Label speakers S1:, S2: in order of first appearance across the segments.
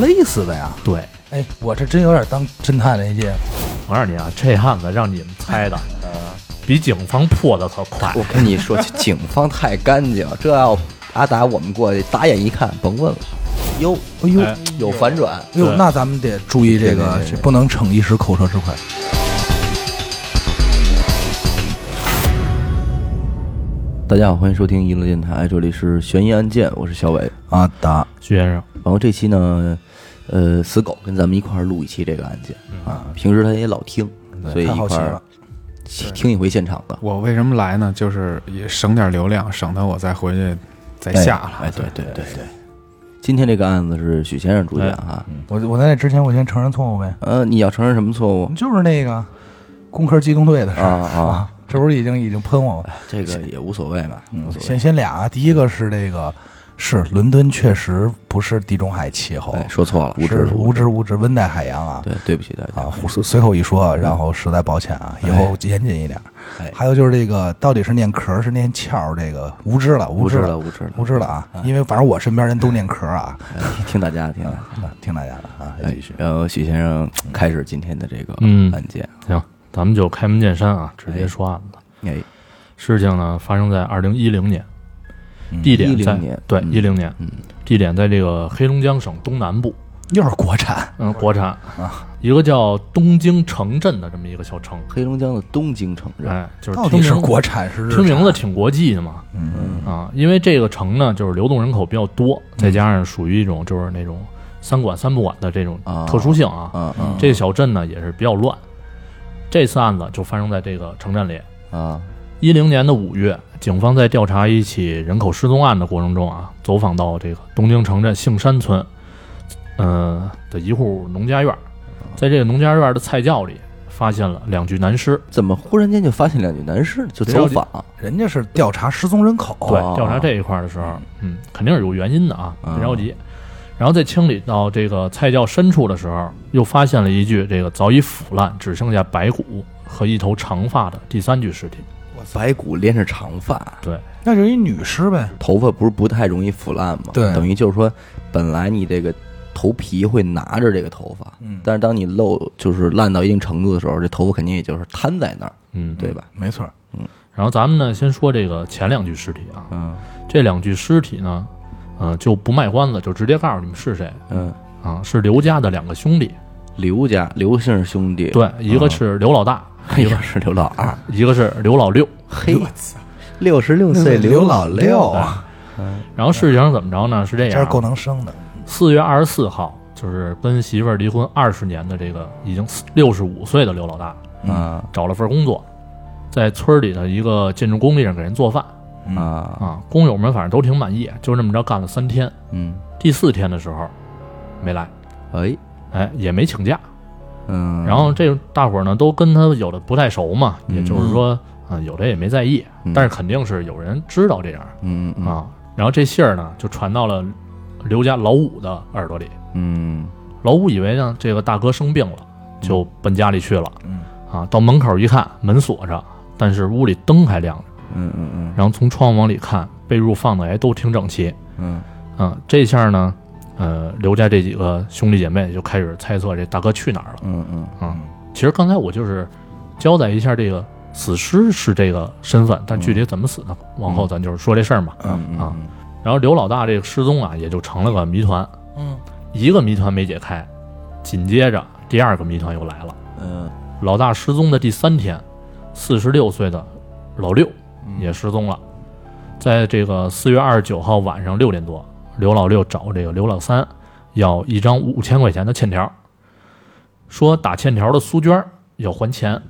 S1: 勒死的呀！
S2: 对，
S1: 哎，我这真有点当侦探那劲。
S2: 我告诉你啊，这案子让你们猜的，比警方破的可快。
S3: 我跟你说， 警方太干净，这要阿达我们过去打眼一看，甭问了，
S1: 哟，哎呦，
S2: 哎
S1: 哎
S3: 有反转。
S1: 呦，
S2: 对
S1: 那咱们得注意这
S3: 对
S1: 个
S3: 对对，
S1: 这不能逞一时口舌之快。
S3: 大家好，欢迎收听娱乐电台，这里是悬疑案件，我是小伟。
S1: 阿达，
S2: 徐先生，
S3: 然后这期呢，呃，死狗跟咱们一块儿录一期这个案件啊，平时他也老听，所
S1: 嗯
S3: 以
S1: 太
S3: 一
S1: 好奇
S3: 块儿
S1: 了。
S3: 听一回现场的。
S4: 我为什么来呢？就是也省点流量，省得我再回去再下了。
S3: 哎，对对对对。今天这个案子是许先生主讲啊，
S1: 我我在那之前，我先承认错误呗，
S3: 呃，你要承认什么错误
S1: 就是那个工科机动队的事
S3: 啊
S1: 儿
S3: 啊？，
S1: 这嗯不是已经已经喷我吗？
S3: 这个也无所谓嘛，无所谓。
S1: 先先俩啊，第一个是这个，是伦敦确实不是地中海气候，
S3: 哎，说错了，无知
S1: 是无知无知温带海洋啊。
S3: 对，对不起大家
S1: 啊，。胡随随口一说，然后实在抱歉啊，以后严谨一点。
S3: 嗯哎
S1: 还有就是这个，到底是念壳儿是念壳儿？这个无知了，
S3: 无
S1: 知
S3: 知
S1: 了，
S3: 了，哎无知了，
S1: 无知了啊！因为反正我身边人都念壳儿啊，
S3: 听大家，听大家。
S1: 啊听大家的啊，
S3: 哎，然后许先生开始今天的这个
S2: 嗯
S3: 案件。
S2: 行，咱们就开门见山啊，直接说案子。
S3: 哎，
S2: 事情呢发生在二零一零年，
S3: 嗯
S2: 地点在
S3: 10年
S2: 对
S3: 嗯
S2: 一零年
S3: 嗯，
S2: 地点在这个黑龙江省东南部，
S1: 又是国产，
S2: 嗯，国产啊，一个叫东京城镇的这么一个小城，
S3: 黑龙江的东京城镇。
S2: 哎，就是
S1: 到
S2: 听
S1: 底是
S2: 名
S1: 国产是日
S2: 听名字
S1: 产，
S2: 挺国际的嘛，
S1: 嗯，
S2: 啊，因为这个城呢，就是流动人口比较多，再加上属于一种就是那种三管三不管的这种
S3: 啊
S2: 特殊性啊，
S3: 啊啊
S2: 这个小镇呢也是比较乱。这次案子就发生在这个城镇里。
S3: 啊！
S2: 一零年的五月，警方在调查一起人口失踪案的过程中啊，走访到这个东京城镇杏山村，呃的一户农家院儿，在这个农家院儿的菜窖里发现了两具男尸。
S3: 怎么忽然间就发现两具男尸就走访
S1: 人家是调查失踪人口，
S2: 对
S3: 哦，嗯
S2: 调查这一块儿的时候，嗯，肯定是有原因的啊，别着急。然后在清理到这个菜窖深处的时候，又发现了一具这个早已腐烂、只剩下白骨和一头长发的第三具尸体。
S3: 白骨连着长发，
S2: 对，
S1: 那就是一女尸呗，
S3: 头发不是不太容易腐烂吗？
S1: 对
S3: 等于就是说，本来你这个头皮会拿着这个头发，
S1: 嗯，
S3: 但是当你露就是烂到一定程度的时候，这头发肯定也就是摊在那儿，
S2: 嗯，
S3: 对吧？
S1: 没错儿，
S2: 然后咱们呢，先说这个前两具尸体啊，
S3: 嗯
S2: 这两具尸体呢，呃，就不卖关子，就直接告诉你们是谁
S3: 嗯，
S2: 啊，是刘家的两个兄弟，
S3: 刘家刘姓兄弟，
S2: 对，一个是刘老大，
S3: 一个是刘老二，
S2: 一个是刘老六。
S3: 嘿， 六十六
S1: 那
S3: 岁
S1: 是
S3: 刘老
S1: 六
S3: 六，哎
S1: 啊，
S2: 然后事情是怎么着呢？是这
S1: 这
S2: 样
S1: 是
S2: 啊，
S1: 够能生的，
S2: 四月二十四号，就是跟媳妇儿离婚二十年的这个已经六十五岁的刘老大，
S3: 啊
S2: 找了份工作，在村里的一个建筑工地上给人做饭
S3: 啊，
S2: 啊。工友们反正都挺满意，就这么着干了三天。
S3: 嗯，
S2: 第四天的时候没来，
S3: 哎，
S2: 哎，也没请假。
S3: 嗯，
S2: 然后这大伙儿呢都跟他有的不太熟嘛，
S3: 嗯
S2: 也就是说，啊，有的也没在意，
S3: 嗯
S2: 但是肯定是有人知道这样
S3: 嗯嗯
S2: 啊。然后这信儿呢就传到了刘家老五的耳朵里。
S3: 嗯
S2: 老五以为呢这个大哥生病了，就奔家里去了。
S1: 嗯，
S2: 啊，到门口一看，门锁着，但是屋里灯还亮着。
S3: 嗯嗯嗯
S2: 然后从窗户往里看，被褥放的哎都挺整齐。
S3: 嗯
S2: 啊，这下呢，呃，刘家这几个兄弟姐妹就开始猜测这大哥去哪儿了。
S3: 嗯嗯
S2: 啊，其实刚才我就是交代一下这个死尸是这个身份，但具体怎么死的，往后咱就是说这事儿嘛。
S3: 嗯
S2: 啊，然后刘老大这个失踪啊，也就成了个谜团。
S1: 嗯，
S2: 一个谜团没解开，紧接着第二个谜团又来了。
S3: 嗯
S2: 老大失踪的第三天，四十六岁的老六也失踪了。在这个四月二十九号晚上六点多，刘老六找这个刘老三要一张五千块钱的欠条，说打欠条的苏娟儿要还钱，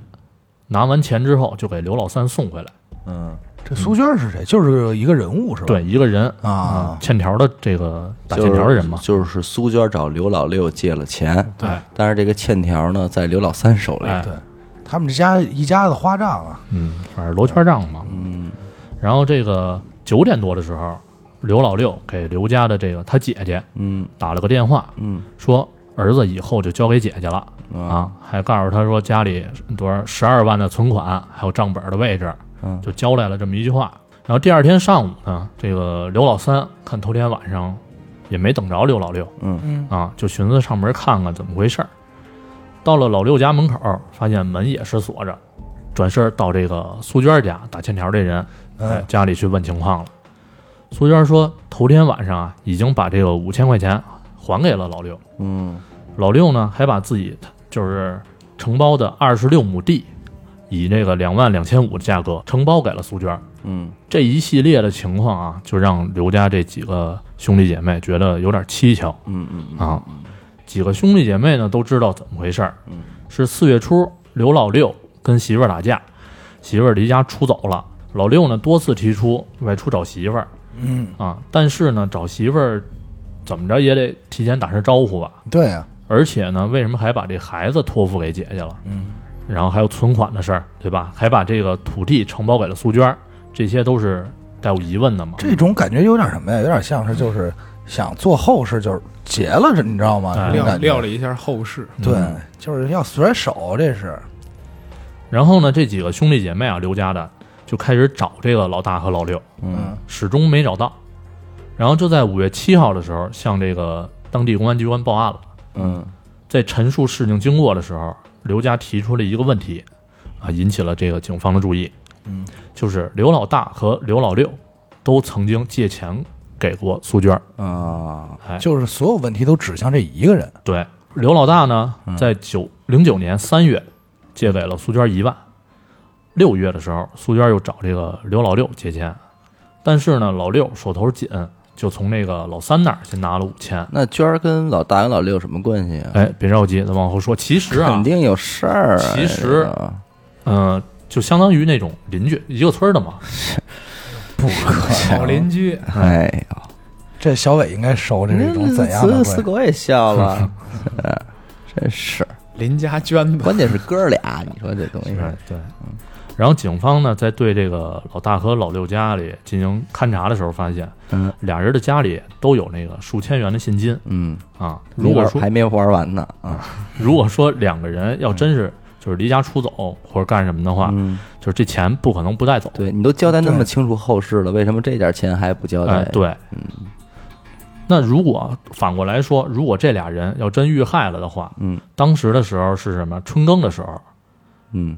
S2: 拿完钱之后就给刘老三送回来。
S3: 嗯，
S1: 这苏娟是谁？就是一个人物是吧？
S2: 对，一个人
S3: 嗯
S1: 啊，
S2: 欠条的这个打欠条的人嘛，
S3: 就是苏娟找刘老六借了钱，
S2: 对，
S3: 但是这个欠条呢在刘老三手里，
S2: 哎，
S1: 对他们这家一家子花账啊，
S2: 嗯，反正罗圈账嘛。
S3: 嗯
S2: 然后这个九点多的时候，刘老六给刘家的这个他姐姐
S3: 嗯
S2: 打了个电话，
S3: 嗯
S2: 说儿子以后就交给姐姐了啊，还告诉他说家里多少十二万的存款，还有账本的位置，
S3: 嗯
S2: 就交代了这么一句话。然后第二天上午呢，这个刘老三看头天晚上也没等着刘老六
S3: 嗯
S1: 嗯
S2: 啊，就寻思上门看看怎么回事儿。到了老六家门口，发现门也是锁着，转身到这个苏娟家打欠条这人，哎，
S1: 嗯
S2: 家里去问情况了。苏娟说，头天晚上啊，已经把这个五千块钱还给了老六，
S3: 嗯
S2: 老六呢还把自己就是承包的二十六亩地，以这个两万两千五的价格承包给了苏娟儿。
S3: 嗯
S2: 这一系列的情况啊，就让刘家这几个兄弟姐妹觉得有点蹊跷
S3: 嗯嗯
S2: 啊。几个兄弟姐妹呢都知道怎么回事儿
S3: 嗯，
S2: 是四月初刘老六跟媳妇儿打架，媳妇儿离家出走了。老六呢多次提出外出找媳妇儿
S1: 嗯，
S2: 啊，但是呢找媳妇儿怎么着也得提前打声招呼吧。
S1: 对啊呀，
S2: 而且呢，为什么还把这孩子托付给姐姐了？
S1: 嗯，
S2: 然后还有存款的事儿，对吧？还把这个土地承包给了苏娟儿，这些都是带有疑问的嘛。
S1: 这种感觉有点什么呀？有点像是就是想做后事，就是结了这，你知道吗？
S2: 哎
S1: 这种
S4: 料
S1: 感觉
S4: 料理一下后事，
S1: 对
S2: 嗯，
S1: 就是要甩手，这是
S2: 然后呢，这几个兄弟姐妹啊，刘家的就开始找这个老大和老六，
S3: 嗯
S2: 始终没找到。然后就在五月七号的时候，向这个当地公安机关报案了。
S3: 嗯
S2: 在陈述事情经过的时候，刘家提出了一个问题，啊，引起了这个警方的注意。
S1: 嗯，
S2: 就是刘老大和刘老六都曾经借钱给过苏娟儿。
S3: 啊
S2: 哎，
S1: 就是所有问题都指向这一个人。
S2: 对，刘老大呢，
S3: 嗯
S2: 在九零九年三月借给了苏娟一万，六月的时候，苏娟又找这个刘老六借钱，但是呢，老六手头紧，就从那个老三那儿先拿了五千。
S3: 那娟儿跟老大跟老六什么关系啊？
S2: 哎，别着急，咱往后说。其实啊
S3: 肯，定有事儿啊。
S2: 其实
S3: 这个
S2: 嗯、就相当于那种邻居，一个村儿的嘛。
S1: 不可
S4: 好邻居，
S3: 哎呀，
S1: 这小伟应该熟这是一种怎样的关
S3: 死死
S1: 系？
S3: 狗也 笑了，真是。
S4: 邻家娟子，
S3: 关键是哥俩，你说这东西
S2: 哎对。
S3: 嗯
S2: 然后警方呢，在对这个老大和老六家里进行勘查的时候，发现
S3: 嗯
S2: 俩人的家里都有那个数千元的现金
S3: 嗯，
S2: 啊。如果说
S3: 还没玩完呢啊，
S2: 如果说两个人要真是就是离家出走或者干什么的话，
S3: 嗯，
S2: 就是这钱不可能不带走。
S3: 对你都交代那么清楚后事了，为什么这点钱还不嗯交
S2: 哎
S3: 代？，
S2: 对，那如果反过来说，如果这俩人要真遇害了的话，
S3: 嗯
S2: 当时的时候是什么？春耕的时候，
S3: 嗯，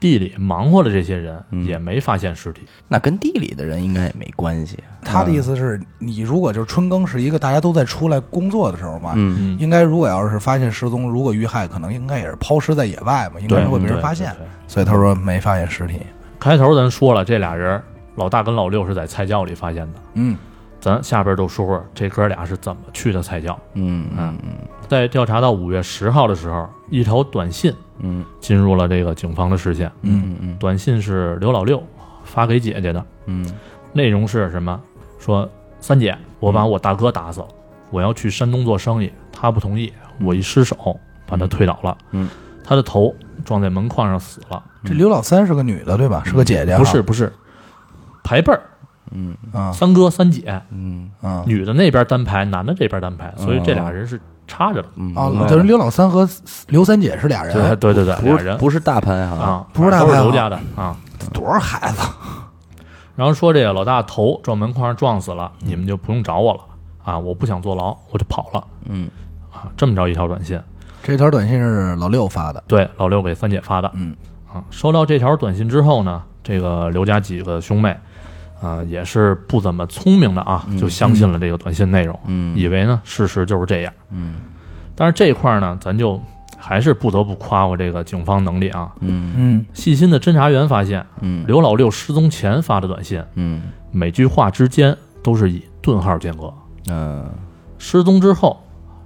S2: 地里忙活的这些人
S3: 嗯
S2: 也没发现尸体。
S3: 那跟地里的人应该也没关系。
S1: 他的意思是你如果就是春耕是一个大家都在出来工作的时候嘛，
S3: 嗯
S2: 嗯，
S1: 应该如果要是发现失踪，如果遇害，可能应该也是抛尸在野外嘛，应该
S2: 对
S1: 是会被人
S2: 对
S1: 发
S2: 对
S1: 现
S2: 对。
S1: 所以他说没发现尸体。
S2: 开头咱说了，这俩人老大跟老六是在菜窖里发现的。
S1: 嗯，
S2: 咱下边都说说这哥俩是怎么去的菜窖。啊
S3: 嗯嗯
S2: 在调查到五月十号的时候，一条短信
S3: 嗯
S2: 进入了这个警方的视线。
S3: 嗯嗯
S2: 短信是刘老六发给姐姐的，
S3: 嗯
S2: 内容是什么？说三姐，我把我大哥打死了，我要去山东做生意，他不同意，我一失手把他推倒了，
S3: 嗯，
S2: 他的头撞在门框上死了，
S1: 这刘老三是个女的对吧？是个姐姐啊，
S2: 嗯不是不是，排辈儿，
S1: 啊
S2: 三哥三姐，
S3: 嗯
S1: 啊
S2: 女的那边单排，男的这边单排，所以
S1: 哦
S2: 这俩人是插着的，
S3: 嗯
S1: 啊！等于刘老三和刘三姐是俩
S2: 对
S1: 人，
S2: 对对对，
S3: 不
S2: 俩
S3: 是
S2: 人
S3: 不是大潘哈，
S2: 啊，
S1: 不是大
S2: 都是
S1: 排啊
S2: 刘家的啊。
S1: 多少孩子？
S2: 然后说这个老大头撞门框上撞死了，你
S1: 嗯
S2: 们就不用找我了啊！我不想坐牢，我就跑了
S3: 嗯
S2: 啊！这么着一条短信，
S1: 这条短信是老六发的，
S2: 对老六给三姐发的，
S1: 嗯
S2: 啊，收到这条短信之后呢，这个刘家几个兄妹啊、也是不怎么聪明的啊，
S1: 嗯
S2: 就相信了这个短信内容，
S3: 嗯
S2: 以为呢事实就是这样。
S3: 嗯
S2: 但是这一块儿呢，咱就还是不得不夸我这个警方能力啊！
S3: 嗯
S1: 嗯，
S2: 细心的侦查员发现，
S3: 嗯
S2: 刘老六失踪前发的短信，
S3: 嗯
S2: 每句话之间都是以顿号间隔。
S3: 嗯
S2: 失踪之后，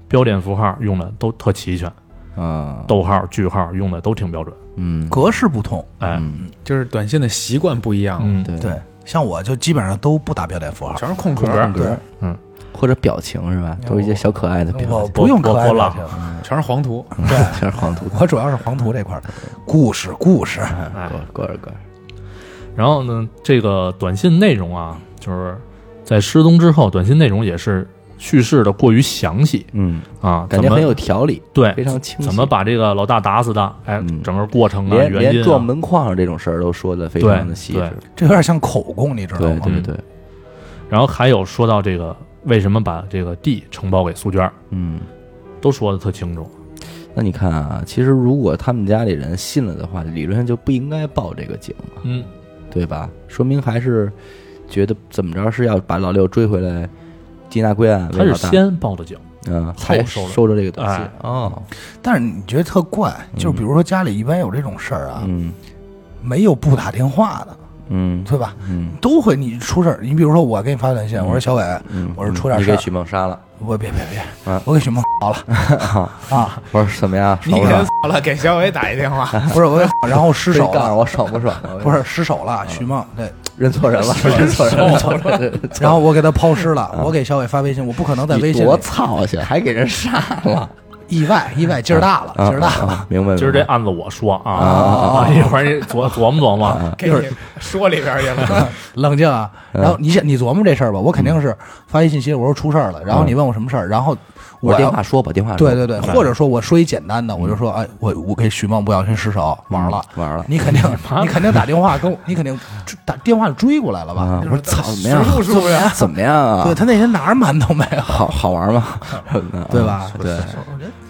S2: 标点符号用的都特齐全，
S3: 啊
S2: 逗号、句号用的都挺标准。
S3: 嗯
S1: 格式不同。
S2: 哎，
S3: 嗯
S4: 就是短信的习惯不一样了，
S2: 嗯，
S3: 对
S1: 对，像我就基本上都不打标点符号，
S4: 全是空
S2: 空
S4: 格，
S2: 格
S1: 对，
S3: 或者表情是
S1: 哎
S3: 吧？都是一些小可爱的表
S1: 我
S3: 情，
S1: 不用
S2: 多
S1: 可爱
S2: 多
S1: 表
S2: 浪
S1: 情，
S4: 全是黄图，
S1: 对。
S3: 全是黄图，
S1: 我主要是黄图这块儿的故事，故事，
S2: 哎，
S3: 哥儿哥儿，
S2: 然后呢，这个短信内容啊，就是在失踪之后，短信内容也是叙事的过于详细
S3: 嗯，
S2: 啊，
S3: 感觉
S2: 怎么
S3: 很有条理，非
S2: 对，
S3: 常清晰。
S2: 怎么把这个老大打死的？哎，
S3: 嗯
S2: 整个过程啊，
S3: 连
S2: 原因
S3: 连
S2: 啊
S3: 撞门框上这种事儿都说的非常的细致，
S2: 嗯
S1: 这有点像口供，你知道
S3: 对
S1: 吗？
S3: 对对，
S2: 然后还有说到这个为什么把这个地承包给苏娟儿，
S3: 嗯，
S2: 都说的特清楚。
S3: 那你看啊，其实如果他们家里人信了的话，理论上就不应该报这个警了，
S2: 嗯，
S3: 对吧？说明还是觉得怎么着是要把老六追回来，缉拿归案
S2: 他
S3: 为
S2: 是
S3: 老大，
S2: 先报的警，
S3: 嗯，才
S2: 收了
S3: 收着这个东西
S2: 哎
S3: 哦，
S1: 但是你觉得特怪，就是比如说家里一般有这种事儿啊，
S3: 嗯
S1: 没有不打电话的，
S3: 嗯
S1: 对吧？
S3: 嗯
S1: 都会你出事儿，你比如说我给你发短信，我说小伟，
S3: 嗯，
S1: 我说出点
S3: 你
S1: 事
S3: 给
S1: 儿
S3: 许梦杀了，
S1: 我别别别
S3: 啊，
S1: 我给许梦好了 啊，
S3: 我说怎么样，
S4: 你
S3: 爽
S4: 给
S3: 不
S4: 他
S3: 爽？
S4: 死了，给小伟打一电话。
S1: 不是我 给然后失
S3: 被嗯
S1: 手
S3: 告
S1: 了，
S3: 我爽不 爽？
S1: 不是失手了，许梦对，
S3: 认错人了，认错人了，
S1: 然后我给他抛尸了，我给小伟发微信，我不可能在微
S3: 嗯你
S1: 信
S3: 多
S1: 里
S3: 操心，还给人杀了，
S1: 意外意外劲儿大了，
S3: 啊
S1: 劲儿大了，
S3: 啊明白？
S2: 今儿这
S3: 明白
S2: 案子我说
S3: 啊
S2: 啊，一会儿你琢琢磨琢磨，
S4: 给你说里边去
S3: 嗯
S4: 了，
S1: 冷静啊。然后你想你琢磨这事儿吧，我肯定是发一信息，我说出事儿了，然后你问我什么事儿，然后
S3: 嗯我
S1: 要
S3: 电话嗯说吧，电话说
S1: 对对对，或者说我说一简单的，我就说，哎，我我给许梦不小心失手玩了，
S3: 嗯玩了
S1: 你肯定你肯定打电话跟我，你肯定追打电话追过来了吧
S3: 啊？！我说操，怎么样
S4: 实？录是不是？
S3: 怎么样 啊
S1: 对？他那天哪儿馒头没有，
S3: 好好玩 吗？啊
S1: 对吧？
S3: 对，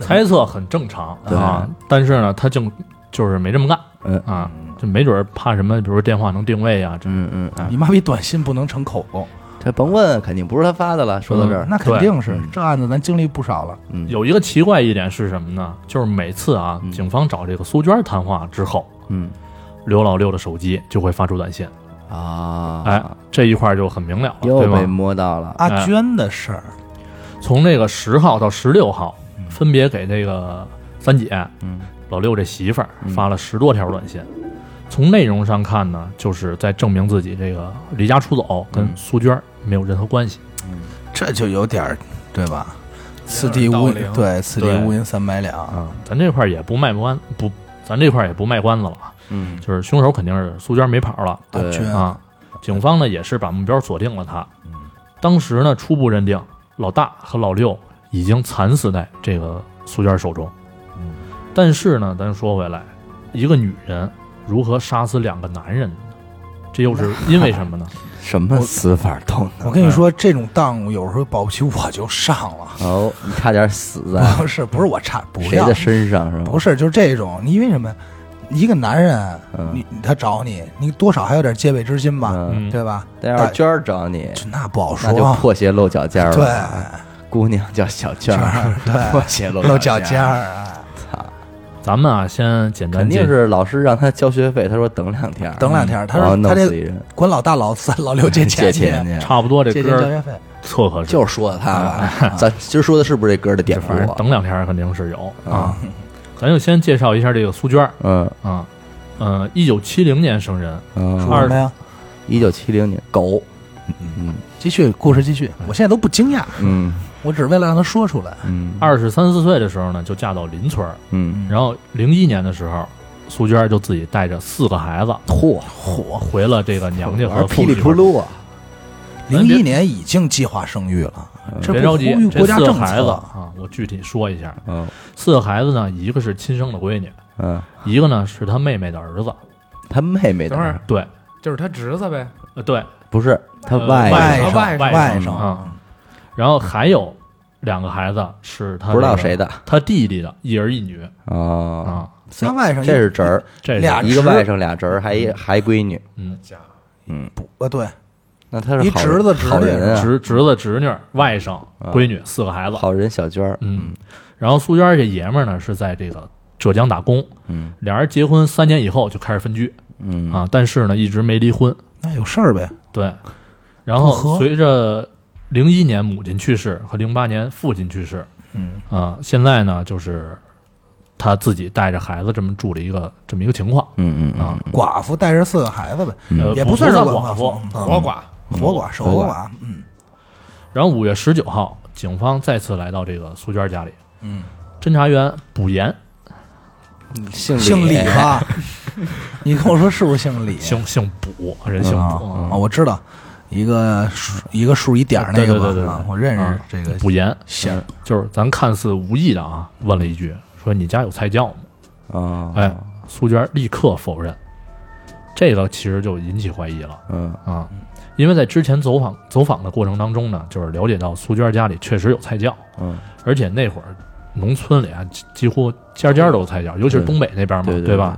S2: 猜测很正常
S3: 对
S2: 啊。但是呢，他竟就是没这么干，
S3: 嗯
S2: 啊，就没准儿怕什么，比如说电话能定位啊，这
S3: 嗯嗯
S4: 哦
S3: 嗯，
S1: 你妈逼短信不能成口供，
S3: 这甭问，肯定不是他发的了。说到这儿，
S1: 那肯定是这案子咱经历不少了，
S3: 嗯
S2: 有一个奇怪一点是什么呢？就是每次啊，警方找这个苏娟谈话之后，
S3: 嗯
S2: 刘老六的手机就会发出短信，
S3: 啊，
S2: 哎，这一块儿就很明了了，
S3: 又
S2: 对
S3: 被
S2: 吧？
S3: 摸到了。
S1: 阿娟的事儿，
S2: 从这个十号到十六号，分别给这个三姐、
S3: 嗯
S2: 老六这媳妇儿发了十多条短信。从内容上看呢，就是在证明自己这个离家出走
S3: 嗯
S2: 跟苏娟没有任何关系。
S1: 这就有点儿对吧？此地无
S4: 有点儿道理啊
S1: 对，此地
S2: 对
S1: 无银三百两，
S3: 啊
S2: 咱这块儿也不卖关不，咱这块儿也不卖关子了啊，
S3: 嗯
S2: 就是凶手肯定是苏娟没跑了。
S1: 阿
S3: 对
S1: 娟
S2: 啊，警方呢也是把目标锁定了他。当时呢，初步认定老大和老六已经惨死在这个苏娟手中。但是呢，咱说回来，一个女人如何杀死两个男人呢？这又是因为什么呢？
S3: 什么死法都能
S1: 我跟你说，这种当务有时候保不齐我就上了，
S3: 哦，你差点死在
S1: 不 是不是我差不
S3: 谁
S1: 要
S3: 的身上是吗？
S1: 不，是，就是这种。你因为什么？一个男人，
S3: 嗯
S1: 你他找你，你多少还有点戒备之心吧，
S3: 嗯，
S2: 嗯
S1: 对吧？
S3: 但要是娟儿找你，
S1: 这那不好
S3: 那就
S1: 说，
S3: 破鞋露脚尖儿
S1: 对
S3: 了。，姑娘叫 小娟儿，破
S1: 对，
S3: 鞋
S1: 露
S3: 露
S1: 脚尖
S3: 尖儿。
S1: 儿啊，
S2: 咱们啊，先简单
S3: 肯
S2: 介
S3: 定是老师让他交学费，他说等两天儿，
S1: 等两天儿他
S3: 然
S1: 说
S3: 后嗯哦弄
S1: 他得
S3: 死一人
S1: 管老大、老三、老六借
S3: 借
S1: 钱去，
S3: 钱去，
S2: 差不多这
S1: 借钱
S2: 歌
S1: 交
S2: 儿
S1: 学费。啊
S2: 凑合是，
S3: 就是说的他吧。咱今儿说的是不是这歌的典故
S2: 反正
S3: 啊？
S2: 等两天肯定是有啊。咱就先介绍一下这个苏娟儿
S3: 嗯
S2: 啊，呃，一九七零年生人，
S3: 嗯，
S1: 说什么呀？
S3: 一九七零年，狗，
S1: 继续故事继续，我现在都不惊讶，
S3: 嗯
S1: 我只是为了让他说出来。
S3: 嗯
S2: 二十三四岁的时候呢，就嫁到邻村儿，
S3: 嗯，
S2: 然后零一年的时候，苏娟就自己带着四个孩子，嚯嚯，回了这个娘家
S3: 玩
S2: 和
S3: 儿噼
S2: 父
S3: 里
S2: 亲。
S3: 扑噜啊，
S1: 零一年已经计划生育了，这
S2: 别
S1: 不
S2: 着
S1: 呼
S2: 急
S1: 吁，
S2: 这
S1: 国家
S2: 四个
S1: 政
S2: 孩子
S1: 策？
S2: 啊，我具体说一下。
S3: 嗯
S2: 四个孩子呢，一个是亲生的闺女，
S3: 嗯，
S2: 一个呢是她妹妹的儿子。
S3: 他妹妹的
S4: 等会儿
S2: 对，
S4: 就是他侄子呗，
S2: 呃对，
S3: 不是他
S2: 呃
S3: 外
S1: 外
S3: 甥，
S1: 甥
S4: 外甥
S1: 外
S2: 啊、
S1: 甥，
S2: 然后还有两个孩子是她
S3: 不知道谁，的
S2: 她弟弟的一儿一女
S3: 哦，
S2: 啊，
S1: 仨外甥，
S3: 这是侄儿，
S2: 这是
S1: 俩
S3: 一个
S1: 侄
S3: 外甥俩侄儿，还一还闺女，
S2: 嗯，
S3: 嗯，
S1: 呃对，
S3: 那他是
S1: 一
S3: 好
S1: 侄子侄女
S3: 好人啊，
S2: 侄侄子、侄女、外甥、闺女四个孩子。
S3: 好人小娟儿，
S2: 嗯，然后苏娟儿这爷们儿呢是在这个浙江打工，
S3: 嗯，
S2: 俩人结婚三年以后就开始分居，
S3: 嗯
S2: 啊，但是呢一直没离婚，
S1: 那有事儿呗。
S2: 对，然
S1: 不和
S2: 后随着零一年母亲去世和零八年父亲去世，
S1: 嗯
S2: 啊，现在呢就是他自己带着孩子这么住的一个这么一个情况，
S3: 嗯嗯
S2: 啊，
S1: 寡妇带着四个孩子呗，
S2: 呃
S1: 也
S2: 不
S1: 算是
S2: 算
S1: 寡
S2: 妇。
S4: 活
S1: 活
S4: 寡。
S1: 活寡守
S3: 活寡
S1: 寡，嗯，
S2: 然后五月十九号，警方再次来到这个苏娟儿家里，
S1: 嗯，
S2: 侦查员卜岩，
S3: 嗯，姓
S1: 姓李吧？ 你跟我说是不是姓李？
S2: 姓姓卜，人姓
S1: 啊
S2: 卜，
S1: 啊，我知道，一个数一个数一点儿那
S2: 对
S1: 个
S2: 对对对
S1: 吧，啊
S2: 对
S1: 我认识
S2: 啊
S1: 这个
S2: 卜岩，
S1: 姓儿。
S2: 就是咱看似无意的啊，问了一句，说你家有菜窖吗？
S3: 啊，
S2: 哎，苏娟立刻否认，这个其实就引起怀疑了
S3: 嗯
S2: 啊。因为在之前走访走访的过程当中呢，就是了解到苏娟家里确实有菜窖，
S3: 嗯，
S2: 而且那会儿农村里啊，几几乎家家都有菜窖，尤其是东北那边嘛，
S3: 对
S2: 吧？？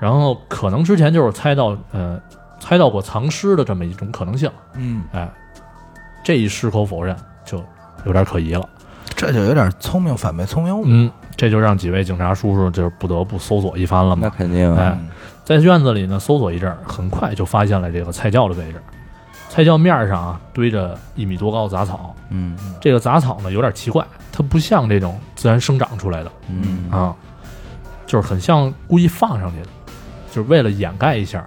S2: 然后可能之前就是猜到，呃，猜到过藏尸的这么一种可能性，
S1: 嗯，
S2: 哎，这一矢口否认就有点可疑了。
S1: 这就有点聪明反被聪明误。
S2: 嗯，这就让几位警察叔叔就是不得不搜索一番了
S3: 那
S2: 嘛。
S3: 肯定啊，
S2: 哎，在院子里呢搜索一阵儿，很快就发现了这个菜窖的位置。菜窖面儿上啊堆着一米多高的杂草，
S3: 嗯
S2: 这个杂草呢有点奇怪，它不像这种自然生长出来的
S3: 嗯
S2: 啊，就是很像故意放上去的，就是为了掩盖一下。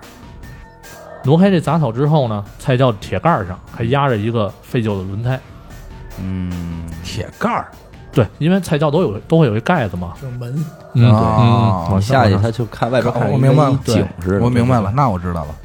S2: 挪开这杂草之后呢，菜窖铁盖儿上还压着一个废旧的轮胎。
S3: 嗯，
S1: 铁盖儿，
S2: 对，因为菜窖都有都会有一盖子嘛。
S5: 就是门
S2: 嗯，对
S1: 哦
S2: 嗯，往
S3: 啊下去
S2: 往
S3: 他就看外边看，
S1: 我明白了
S3: 景似的，
S1: 我明白了，那我知道了。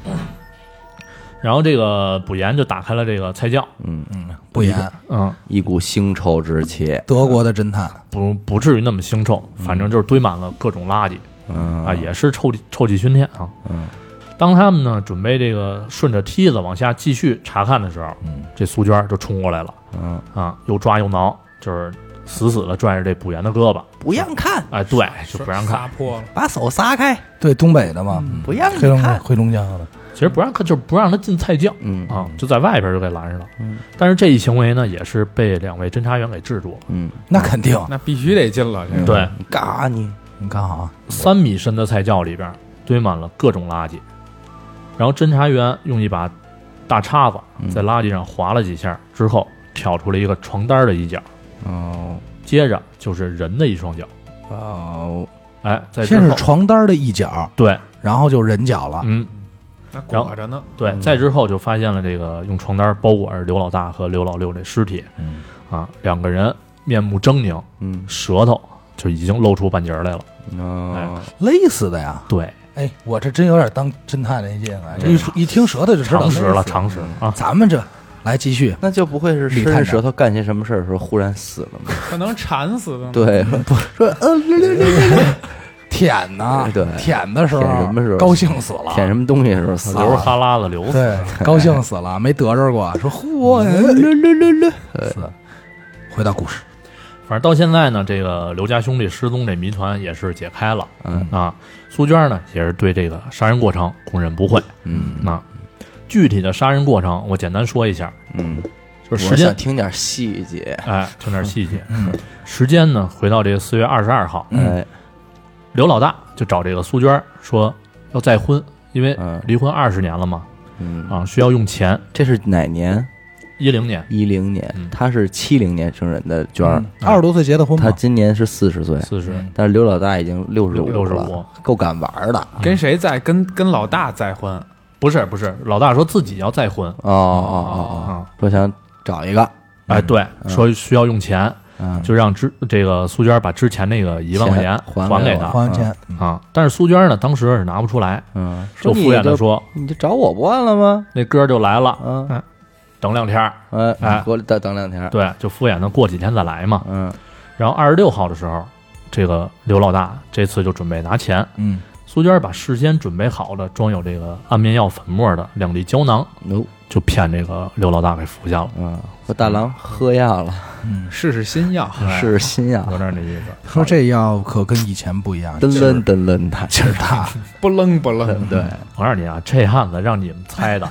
S2: 然后这个卜言就打开了这个菜窖，
S3: 嗯，
S1: 嗯，不言，
S2: 嗯，
S3: 一股腥臭之气，
S1: 德国的侦探，
S2: 不不至于那么腥臭，反正就是堆满了各种垃圾
S3: 嗯
S2: 啊，也是臭气臭气熏天啊。
S3: 嗯，
S2: 当他们呢准备这个顺着梯子往下继续查看的时候，
S3: 嗯
S2: 这苏娟就冲过来了
S3: 嗯，
S2: 啊，又抓又挠，就是死死的拽着这卜言的胳膊，
S3: 不让看，
S2: 哎，对，就不让看。
S5: 撒泼了，嗯
S3: 把手撒开，
S1: 对东北的嘛，
S2: 嗯
S3: 不让
S1: 黑龙江黑龙江的，
S2: 其实不让看，就是不让他进菜窖
S3: 嗯
S2: 啊，就在外边就给拦着了
S3: 嗯。
S2: 但是这一行为呢，也是被两位侦查员给制住了。
S3: 嗯，
S1: 那肯定。
S4: 那必须得进了，这个
S2: 对，
S3: 嘎你，
S1: 你看啊，
S2: 三米深的菜窖里边堆满了各种垃圾，然后侦查员用一把大叉子在垃圾上划了几下之后，挑出了一个床单的一角，
S3: 哦
S2: 接着就是人的一双脚。
S3: 哦，
S2: 哎，在之
S1: 先是
S2: 后
S1: 床啊单的一角，
S2: 对，
S1: 然后就人脚了。
S2: 嗯，
S4: 那裹着呢，
S2: 对，
S3: 嗯
S2: 再之后就发现了这个用床单包裹着刘老大和刘老六这尸体，
S3: 嗯
S2: 啊，两个人面目狰狞，
S3: 嗯
S2: 舌头就已经露出半截儿来了。哎
S3: 哦，
S1: 勒死的呀！
S2: 对，
S1: 哎，我这真有点当侦探那劲啊！这一出一听舌头就知道
S2: 哎常识
S1: 勒
S2: 了，
S1: 死
S2: 常识啊，
S1: 咱们这来继续，
S3: 那就不会是
S1: 李
S3: 伸
S1: 探
S3: 着
S1: 长
S3: 舌头干些什么事儿的时候忽然死了吗？
S5: 可能馋死
S2: 啊
S5: 的。，
S3: 对，
S1: 说呃六六六六六舔呢，
S3: 对
S1: 舔的时候，
S3: 舔什么时候
S1: 高兴死了，
S3: 舔什么东西的时候死
S2: 流着
S3: 了，
S2: 哈喇子流死。
S1: 对，高兴死 了，没得着过，说嚯，
S3: 嗯
S1: 呃六六六六，是回到故事，
S2: 反正到现在呢，这个刘家兄弟失踪这谜团也是解开了。
S3: 嗯
S2: 啊，苏娟呢也是对这个杀人过程供认不讳。
S3: 嗯
S2: 那具体的杀人过程，我简单说一下，
S3: 嗯，
S2: 就是时
S3: 我嗯想
S2: 间，
S3: 听点细节，
S2: 哎，听点细节。 时间呢，回到这个四月二十二号，
S3: 哎，
S2: 刘老大就找这个苏娟说要再婚，因为
S3: 嗯
S2: 离婚二十年了嘛，
S3: 嗯，
S2: 啊，需要用钱。
S3: 这是哪年？
S2: 一零年，
S3: 一零年
S2: 嗯，
S3: 他是七零年生人的娟儿，
S1: 嗯二十多岁结的婚
S3: 嗯他
S1: 嘛，
S3: 今年是四十岁，
S2: 四十，
S3: 但是刘老大已经嗯六十
S2: 六十
S3: 了，够敢玩儿的。
S4: 跟谁在？跟跟老大再婚，
S2: 不是不是，老大说自己要再婚
S3: 哦哦哦
S2: 啊
S3: 哦，，说想找一个，
S2: 哎，对，说需要用钱，
S3: 嗯，
S2: 就让之这个苏娟把之前那个一万块钱
S3: 钱还
S2: 还
S3: 给
S2: 给
S3: 我
S2: 他
S1: 还完钱，嗯
S2: 啊。但是苏娟呢，当时是拿不出来，
S3: 嗯，
S2: 就敷衍
S3: 你
S2: 的
S3: 就
S2: 说，
S3: 你就找我不完了吗？
S2: 那哥就来了，
S3: 嗯
S2: 哎，等两天儿，哎
S3: 哎，我再等两天，
S2: 对，就敷衍的过几天再来嘛。
S3: 嗯
S2: 然后二十六号的时候，这个刘老大这次就准备拿钱，
S1: 嗯，
S2: 苏娟把事先准备好的装有这个安眠药粉末的两粒胶囊，
S3: ，no，
S2: 就骗这个刘老大给服下了，
S3: 嗯，说大郎喝药了，
S4: 试试新药，
S3: 试试新药，
S2: 有点那意思。
S1: 说这药可跟以前不一 样，
S3: 噔
S1: 劲儿
S3: 噔噔噔的，
S1: 劲儿大，
S4: 不愣不愣。
S3: 对，
S2: 我告诉你啊，这案子让你们猜 的，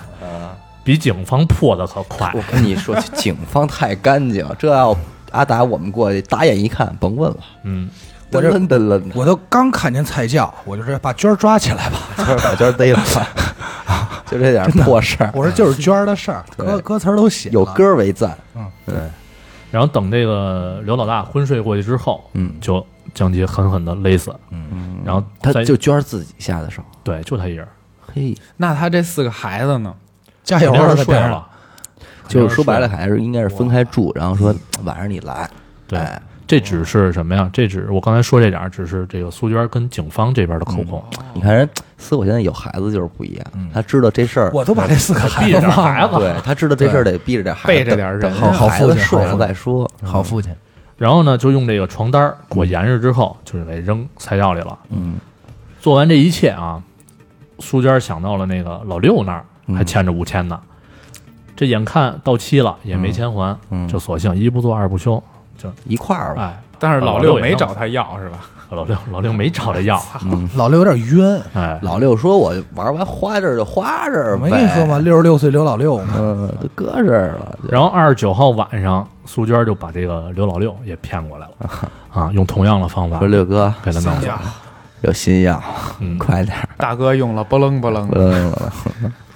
S2: 比警方破的可快。
S3: 我跟你说，警方太干净，这要阿达我们过去打眼一看，甭问了，
S2: 嗯，
S1: 我
S3: 噔
S1: 这
S3: 噔噔噔的，
S1: 我都刚看见菜窖，我就说把娟儿抓起来吧。
S3: 就是把娟逮了吧， 就这点破事儿，
S1: 我说就是娟儿的事儿，
S3: 对
S1: 歌歌词儿都写了
S3: 有，歌为赞，
S1: 嗯，
S3: 对，
S2: 然后等这个刘老大昏睡过去之后，
S3: 嗯，
S2: 就将其狠狠的勒死。
S1: 嗯，
S2: 然后
S3: 他
S2: 再
S3: 就娟儿自己下的手，
S2: 对，就他一人，
S3: 嘿，
S4: 那他这四个孩子呢？
S3: 哎
S1: 加
S2: 肯
S1: 油
S2: 定
S1: 啊，
S2: 是
S1: 在
S2: 睡
S1: 边
S2: 着
S1: 上。
S2: 了。
S3: 就是说白了还是应该是分开住，然后说
S1: 嗯
S3: 晚上你来，
S1: 哦
S2: 对
S3: 哎，
S2: 这只是什么呀？这只我刚才说这点儿，只是这个苏娟跟警方这边的口供。
S3: 你看人思我现在有孩子就是不一样，他知道这事
S1: 嗯
S3: 儿，
S1: 我都把这四个孩
S2: 避
S1: 子
S2: 着点
S1: 忘了
S2: 孩子，
S3: 对他知道这事儿得避着点孩子，
S4: 背着点人
S3: 等等
S1: 啊好
S3: 孩子
S1: 父亲
S3: 睡
S1: 好父
S3: 了
S1: 亲嗯
S3: 再说，
S1: 好父亲，
S2: 然后呢，就用这个床单儿裹严实之后，就是给扔菜窖里了。
S3: 嗯，
S2: 做
S3: 嗯
S2: 完这一切啊，苏娟想到了那个老六那儿还欠着五千呢，这眼看到期了也没钱还，
S3: 嗯
S2: 就索性一不做二不休，
S3: 一块儿吧，
S1: 啊
S2: 哎，
S4: 但是老
S2: 老六
S4: 六
S2: 也
S4: 没
S2: 弄
S4: 找他要是吧？
S2: 老六老六没找他要，
S1: 老六有点冤，
S2: 哎，
S3: 老六说：“我玩完花这儿就花这儿
S1: 我
S3: 呗。”
S1: 没跟你说吗？？六十六岁刘老六嘛，
S3: 嗯，都搁这儿了。
S2: 然后二十九号晚上，苏娟就把这个刘老六也骗过来了，啊，用同样的方法
S3: 说六哥
S2: 给他弄
S4: 三
S2: 走
S4: 家，
S3: 有新药，
S2: 嗯，
S3: 快点儿，
S4: 大哥用了，不楞不楞
S3: 不，
S1: 嗯
S3: 能了，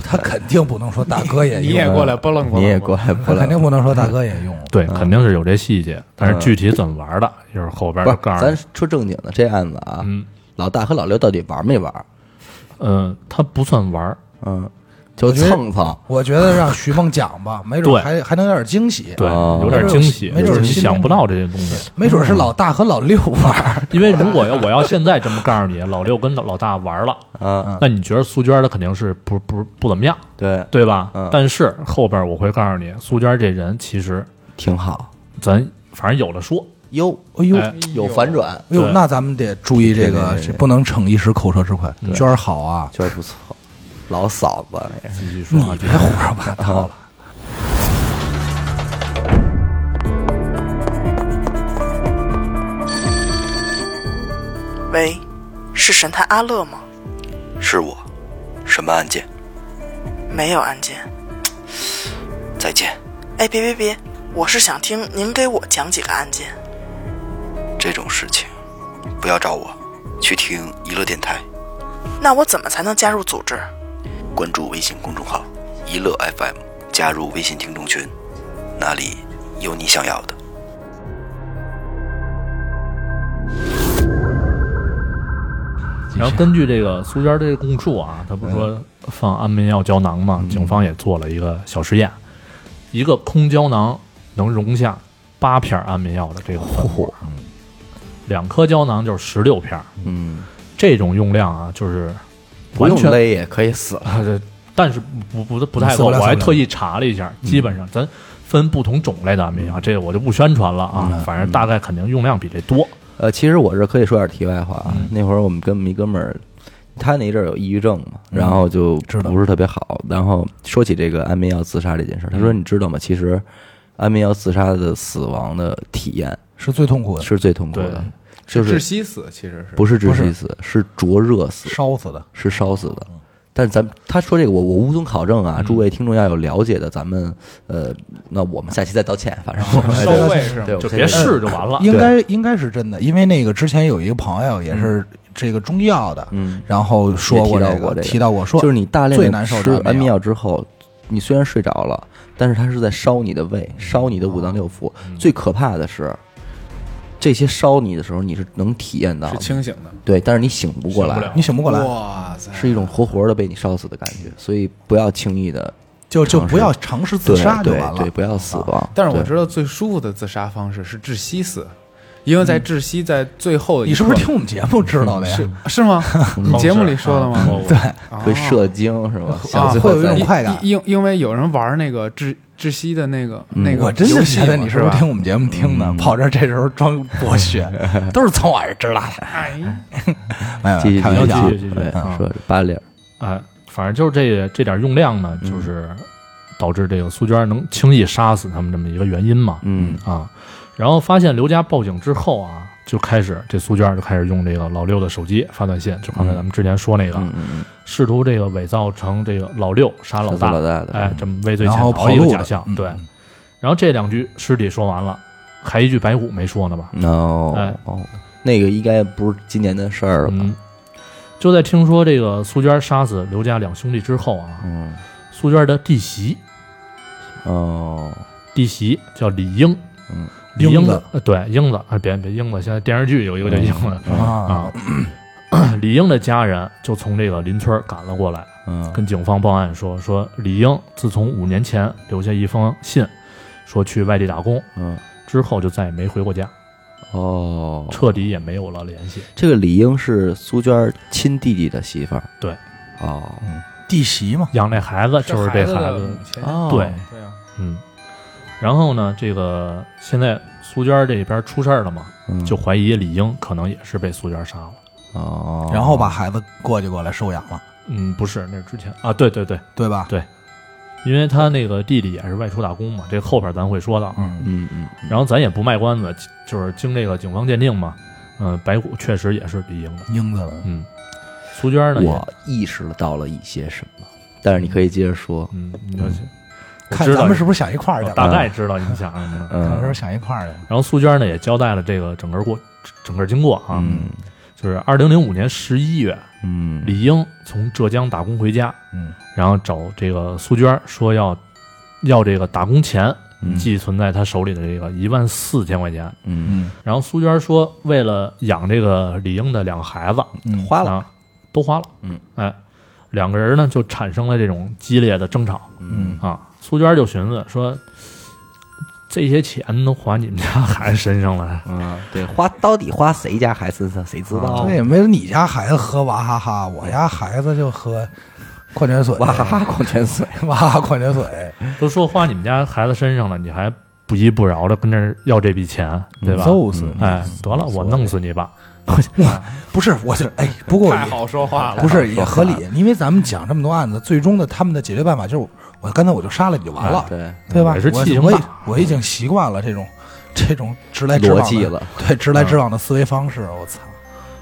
S1: 他肯定不能说大哥 也
S4: 你
S1: 用，
S4: 也过来不楞不
S3: 你也
S4: 楞
S3: 过
S4: 吧，
S3: 来不
S1: 他肯
S3: 能
S1: 定。不能说大哥也用。
S2: 对，肯定是有这细节，但是具体怎么玩的，就是后边
S3: 不，
S2: 就是告诉
S3: 咱
S2: 你。
S3: 说正经的，这案子啊，
S2: 嗯，
S3: 老大和老六到底玩没玩？
S2: 呃，他不算玩儿，
S3: 嗯，就
S1: 我觉得
S3: 蹭蹭。
S1: 我觉得让徐梦讲吧，没准
S2: 对
S1: 还还能有点惊喜。
S2: 对，
S3: 哦
S2: 有点惊喜，
S1: 没准儿
S2: 就是你
S1: 心
S2: 想
S1: 里
S2: 不到这些东西。
S1: 没准是老大和老六玩儿，
S2: 因为如果要我要现在这么告诉你，老六跟老老大玩了，
S3: 嗯，
S2: 那你觉得苏娟她肯定是不不不怎么样，
S3: 对，
S2: 对吧
S3: 嗯？
S2: 但是后边我会告诉你，苏娟这人其实
S3: 挺好。
S2: 咱反正有的说，
S3: 哟，
S1: 哎呦，
S2: 哎
S1: 哎
S3: 有反转，
S1: 呦，
S2: 对
S1: 那咱们得注意这
S3: 对
S1: 个
S3: 对对，对
S1: 这不能逞一时口舌之快。娟儿好啊，
S3: 觉得不错。老嫂子那个，
S2: 继续说
S1: 你
S2: 啊，
S1: 别 胡说八道了。
S5: 喂，是神探阿乐吗？
S6: 是我，什么案件？
S5: 没有案件。
S6: 再见，
S5: 哎，别别别，我是想听您给我讲几个案件。
S6: 这种事情不要找我，去听娱乐电台，
S5: 那我怎么才能加入组织？
S6: 关注微信公众号“娱乐 FM”，加入微信听众群，那里有你想要的。
S2: 然后根据这个苏娟这个供述啊，她不是
S1: 嗯
S2: 说放安眠药胶囊嘛，警方也做了一个小实验，一个空胶囊能容下八片安眠药的这个分母，两颗胶囊就是十六片儿，
S3: 嗯，
S2: 这种用量啊，就是
S3: 不
S2: 完
S3: 用
S2: 全，
S3: 勒也可以死了。
S2: 啊这但是不不不太
S1: 受嗯
S2: 够，
S1: 不了
S2: 我还
S1: 受不了嗯
S2: 特意查了一下，基本上咱分不同种类的安眠药，这个我就不宣传了
S1: 嗯
S2: 啊，反正大概肯定用量比这多，
S3: 呃，其实我这可以说点题外话啊。那会儿我们跟我们一哥们儿，他那一阵儿有抑郁症嘛，然后就
S1: 知道
S3: 不是特别好。然后说起这个安眠药自杀这件事儿，他说：“你知道吗？其实安眠药自杀的死亡的体验
S1: 是最痛苦的，
S3: 是最痛苦的
S2: 对，
S3: 就
S4: 窒
S3: 是
S4: 息死其实是
S3: 不是窒
S1: 不
S3: 息
S1: 是
S3: 死，是灼热死，
S1: 烧死的。
S3: 是烧死的。但咱他说这个我我无从考证啊，诸位听众要有了解的，咱们呃，那我们下期再道歉。反正我们
S4: 收尾是吗？
S1: 嗯
S3: 哎对，我
S2: 就
S3: 们
S2: 别
S3: 下期
S2: 试就完了。
S1: 应该应该是真的，因为那个之前有一个朋友也是
S2: 嗯
S1: 这个中医药的，
S3: 嗯
S1: 然后说过
S3: 也提到过这
S1: 个，
S3: 个
S1: 提到过说，
S3: 就是你大量地
S1: 最难受
S3: 吃
S1: 的
S3: 安眠
S1: 药，
S3: 药之后，你虽然睡着了，但是它是在烧你的胃，烧你的五脏六腑。最可怕的是，这些烧你的时候，你是能体验到
S4: 是
S3: 的，
S4: 清醒的。
S3: 对，但是你醒不过
S2: 醒不
S3: 来
S2: 了，
S1: 你醒不过来，
S4: 哇塞，
S3: 是一种活活的被你烧死的感觉。所以不要轻易的
S1: 就就
S3: 尝试
S1: 不要尝试自杀就
S3: 对
S1: 完了，
S3: 对，对不要死亡。
S4: 但是我
S3: 对
S4: 知道最舒服的自杀方式是窒息死，因为在窒息在最后
S1: 嗯
S4: 一
S1: 你是
S4: 刻
S1: 不是听我们节目知道的呀？
S4: 是是吗？你节目里说的吗？
S2: 对，
S3: 会
S2: 哦
S3: 射精是吧？
S4: 啊
S3: 想最后
S1: 会有一
S3: 再
S1: 种
S4: 因
S1: 快感
S4: 因因为有人玩那个窒窒息的那个那个，
S1: 我真
S4: 游
S1: 就
S4: 戏
S1: 觉得
S4: 嘛
S1: 你
S4: 是
S1: 不是
S4: 吧？
S1: 听我们节目听的，跑这儿这时候装博学，都是从我这儿知道的。
S4: 哎，
S1: 没有，
S3: 继续
S1: 开玩笑啊
S2: 继续继续
S3: 对，
S2: 嗯
S3: 说八粒儿，
S2: 哎，反正就是这这点用量呢，
S3: 嗯
S2: 就是导致这个苏娟能轻易杀死他们这么一个原因嘛。
S3: 嗯
S2: 啊，然后发现刘家报警之后啊，就开始这苏娟就开始用这个老六的手机发短信，就刚才咱们之前说那个，
S3: 嗯嗯
S2: 试图这个伪造成这个老六杀老
S3: 嗯，
S2: 大，
S3: 老大的，
S2: 哎，这么畏罪潜
S1: 然后
S2: 逃一
S1: 跑
S2: 个
S1: 路
S2: 假
S1: 了
S2: 象。
S1: 嗯
S2: 对，然后这两句尸体说完了，还一句白虎没说呢
S3: 嗯
S2: 吧？
S3: no，
S2: 哎
S3: 哦，那个应该不是今年的事儿了吧？
S2: 嗯，就在听说这个苏娟杀死刘家两兄弟之后啊，
S3: 嗯，
S2: 苏娟的弟媳
S3: 哦，
S2: 弟媳叫李英，
S3: 嗯，
S2: 李英
S1: 英子，
S2: 呃对，英子啊，别别英子，现在电视剧有一个叫英子
S1: 啊，
S2: 啊。 李英的家人就从这个邻村赶了过来，
S3: 嗯，
S2: 跟警方报案说，说李英自从五年前留下一封信，说去外地打工
S3: 嗯，
S2: 之后就再也没回过家，
S3: 哦，
S2: 彻底也没有了联系。
S3: 这个李英是苏娟亲弟弟的媳妇儿，
S2: 对，
S3: 哦，
S1: 弟媳嘛，
S2: 养那孩子就是这孩
S4: 的
S2: 子
S4: 母，亲
S3: 哦，
S2: 对
S4: 对啊，
S2: 嗯。然后呢，这个现在苏娟这边出事儿了嘛，
S3: 嗯
S2: 就怀疑李英可能也是被苏娟杀了。
S3: 哦，
S1: 然后把孩子过继过来收养了，
S2: 嗯，不是，那是之前啊，对对对，
S1: 对吧？
S2: 对因为他那个弟弟也是外出打工嘛，这后边咱会说到。
S1: 嗯，
S3: 嗯嗯嗯，
S2: 然后咱也不卖关子，就是经这个警方鉴定嘛，嗯、白骨确实也是李英的，
S1: 英子了，
S2: 嗯，苏娟呢也，
S3: 我意识到了一些什么，但是你可以接着说，
S2: 嗯，你就我
S1: 看
S2: 知道
S1: 咱们
S2: 你
S1: 是不是想一块儿去
S2: 我
S1: 了？
S2: 大概知道你想什么了。
S1: 看是不
S3: 嗯
S1: 是想一块儿去了？
S2: 然后苏娟呢也交代了这个整个过整个经过啊，
S3: 嗯
S2: 就是二零零五年十一月，
S3: 嗯，
S2: 李英从浙江打工回家，
S1: 嗯，
S2: 然后找这个苏娟说要要这个打工钱
S3: 嗯
S2: 寄存在她手里的这个一万四千块钱。
S3: 嗯
S1: 嗯
S2: 然后苏娟说，为了养这个李英的两个孩子，
S1: 嗯，
S3: 花了，
S2: 啊，都花了。
S3: 嗯，
S2: 哎，两个人呢就产生了这种激烈的争吵
S1: 嗯
S2: 啊。苏娟就寻思说，这些钱都花你们家孩子身上了，
S3: 啊，对，花到底花谁家孩子身上，谁知道？
S2: 哦
S1: 那也没有你家孩子喝娃哈哈，我家孩子就喝矿泉水，
S3: 哇哈哈，矿 泉水，
S1: 娃哈哈矿泉水，
S2: 都说花你们家孩子身上了，你还不依不饶的跟这儿要这笔钱，对
S1: 嗯
S2: 吧？
S1: 揍死你！
S2: 哎，得了，我弄死你吧！
S1: 不是，我是哎，不过
S4: 太好啊说话了，
S1: 不是也合理，因为咱们讲这么多案子，最终的他们的解决办法就是我刚才我就杀了你就完
S2: 哦
S1: 了，
S3: 哎对，
S1: 对吧？
S2: 也是
S1: 我
S2: 气性
S1: 我已
S2: 大
S1: 我已经习惯了这种 这种直来直往
S3: 逻
S1: 的
S3: 辑，了，
S1: 对直来直往的思维方式，我操！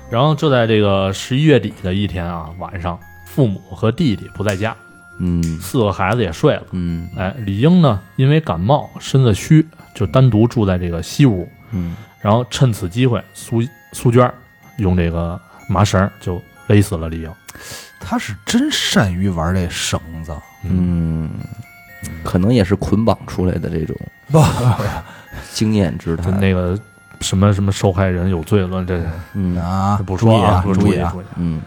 S2: 然后就在这个十一月底的一天啊，晚上，父母和弟弟不在家，
S3: 嗯
S2: 四个孩子也睡了。
S3: 嗯
S2: 哎，李英呢，因为感冒身子虚，就单独住在这个西屋。
S3: 嗯
S2: 然后趁此机会，苏苏娟儿用这个麻绳儿就勒死了李英。
S1: 他是真善于玩这绳子，
S3: 嗯，可能也是捆绑出来的这种
S1: 不，
S3: 经验之
S2: 就
S3: 谈，
S2: 那个什么什么受害人有罪论，这
S3: 嗯
S1: 啊，
S2: 不说啊，
S1: 注
S2: 不
S1: 意啊
S2: 注
S1: 注意
S2: 意
S1: 啊
S2: 注意。
S3: 嗯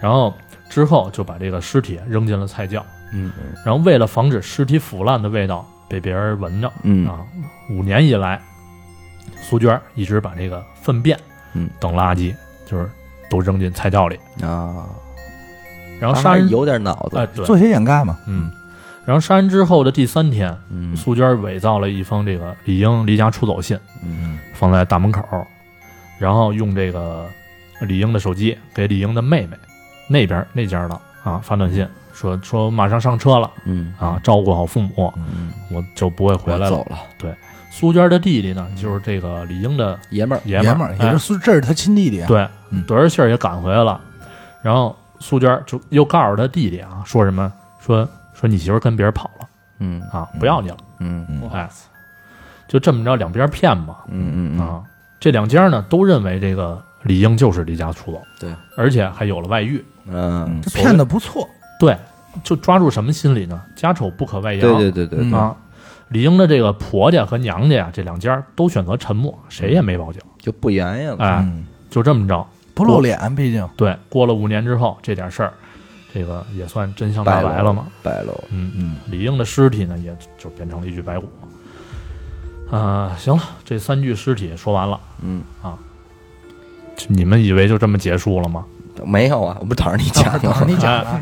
S2: 然后之后就把这个尸体扔进了菜窖，
S3: 嗯
S2: 然后为了防止尸体腐烂的味道被别人闻着
S3: 嗯
S2: 啊，五年以来，苏娟儿一直把这个粪便
S3: 嗯
S2: 等垃圾就是都扔进菜窖里，
S3: 啊，
S2: 然后杀人
S3: 有点脑
S2: 哎
S3: 子，
S2: 对，
S1: 做些掩盖嘛，
S2: 嗯，然后杀人之后的第三天，
S3: 嗯
S2: 苏娟伪造了一封这个李英离家出走信，
S3: 嗯
S2: 放在大门口，然后用这个李英的手机给李英的妹妹那边那家的啊发短信，说说马上上车了
S3: 嗯
S2: 啊，照顾好父母，
S3: 嗯，
S2: 我就不会回来了
S3: 我走。了，
S2: 苏娟的弟弟呢，就是这个李英的
S3: 爷们儿，
S2: 爷
S1: 爷
S2: 们
S1: 们
S2: 儿
S1: 儿，，也
S2: 哎
S1: 是苏，这是他亲弟弟啊，
S2: 对
S1: 嗯，
S2: 得着信儿也赶回来了，然后苏娟就又告诉他弟弟啊，说什么说说你媳妇儿跟别人跑了
S3: 嗯
S2: 啊，不要你了。
S3: 嗯嗯
S2: 哎，就这么着两边骗吧
S3: 嗯嗯，
S2: 啊，这两家呢都认为这个李英就是离家出走，
S3: 对，
S2: 而且还有了外遇，
S3: 嗯，
S1: 这骗的不错，
S2: 对，就抓住什么心理呢？家丑不可外扬，
S3: 对对嗯对对，
S2: 啊。李英的这个婆家和娘家呀，这两家都选择沉默，谁也没报警。
S3: 就不言语了，
S2: 哎，
S1: 嗯，
S2: 就这么着，
S1: 不露脸，毕竟
S2: 对，过了五年之后，这点事儿，这个也算真相大
S3: 白
S2: 白了嘛。
S3: 白喽，
S2: 嗯嗯，李英的尸体呢，也就变成了一具白骨。啊、行了，这三具尸体说完了。
S3: 嗯
S2: 啊，就你们以为就这么结束了吗？哎
S3: 没有啊，我不等着你讲
S1: 等着
S3: 呢，
S1: 你讲啊，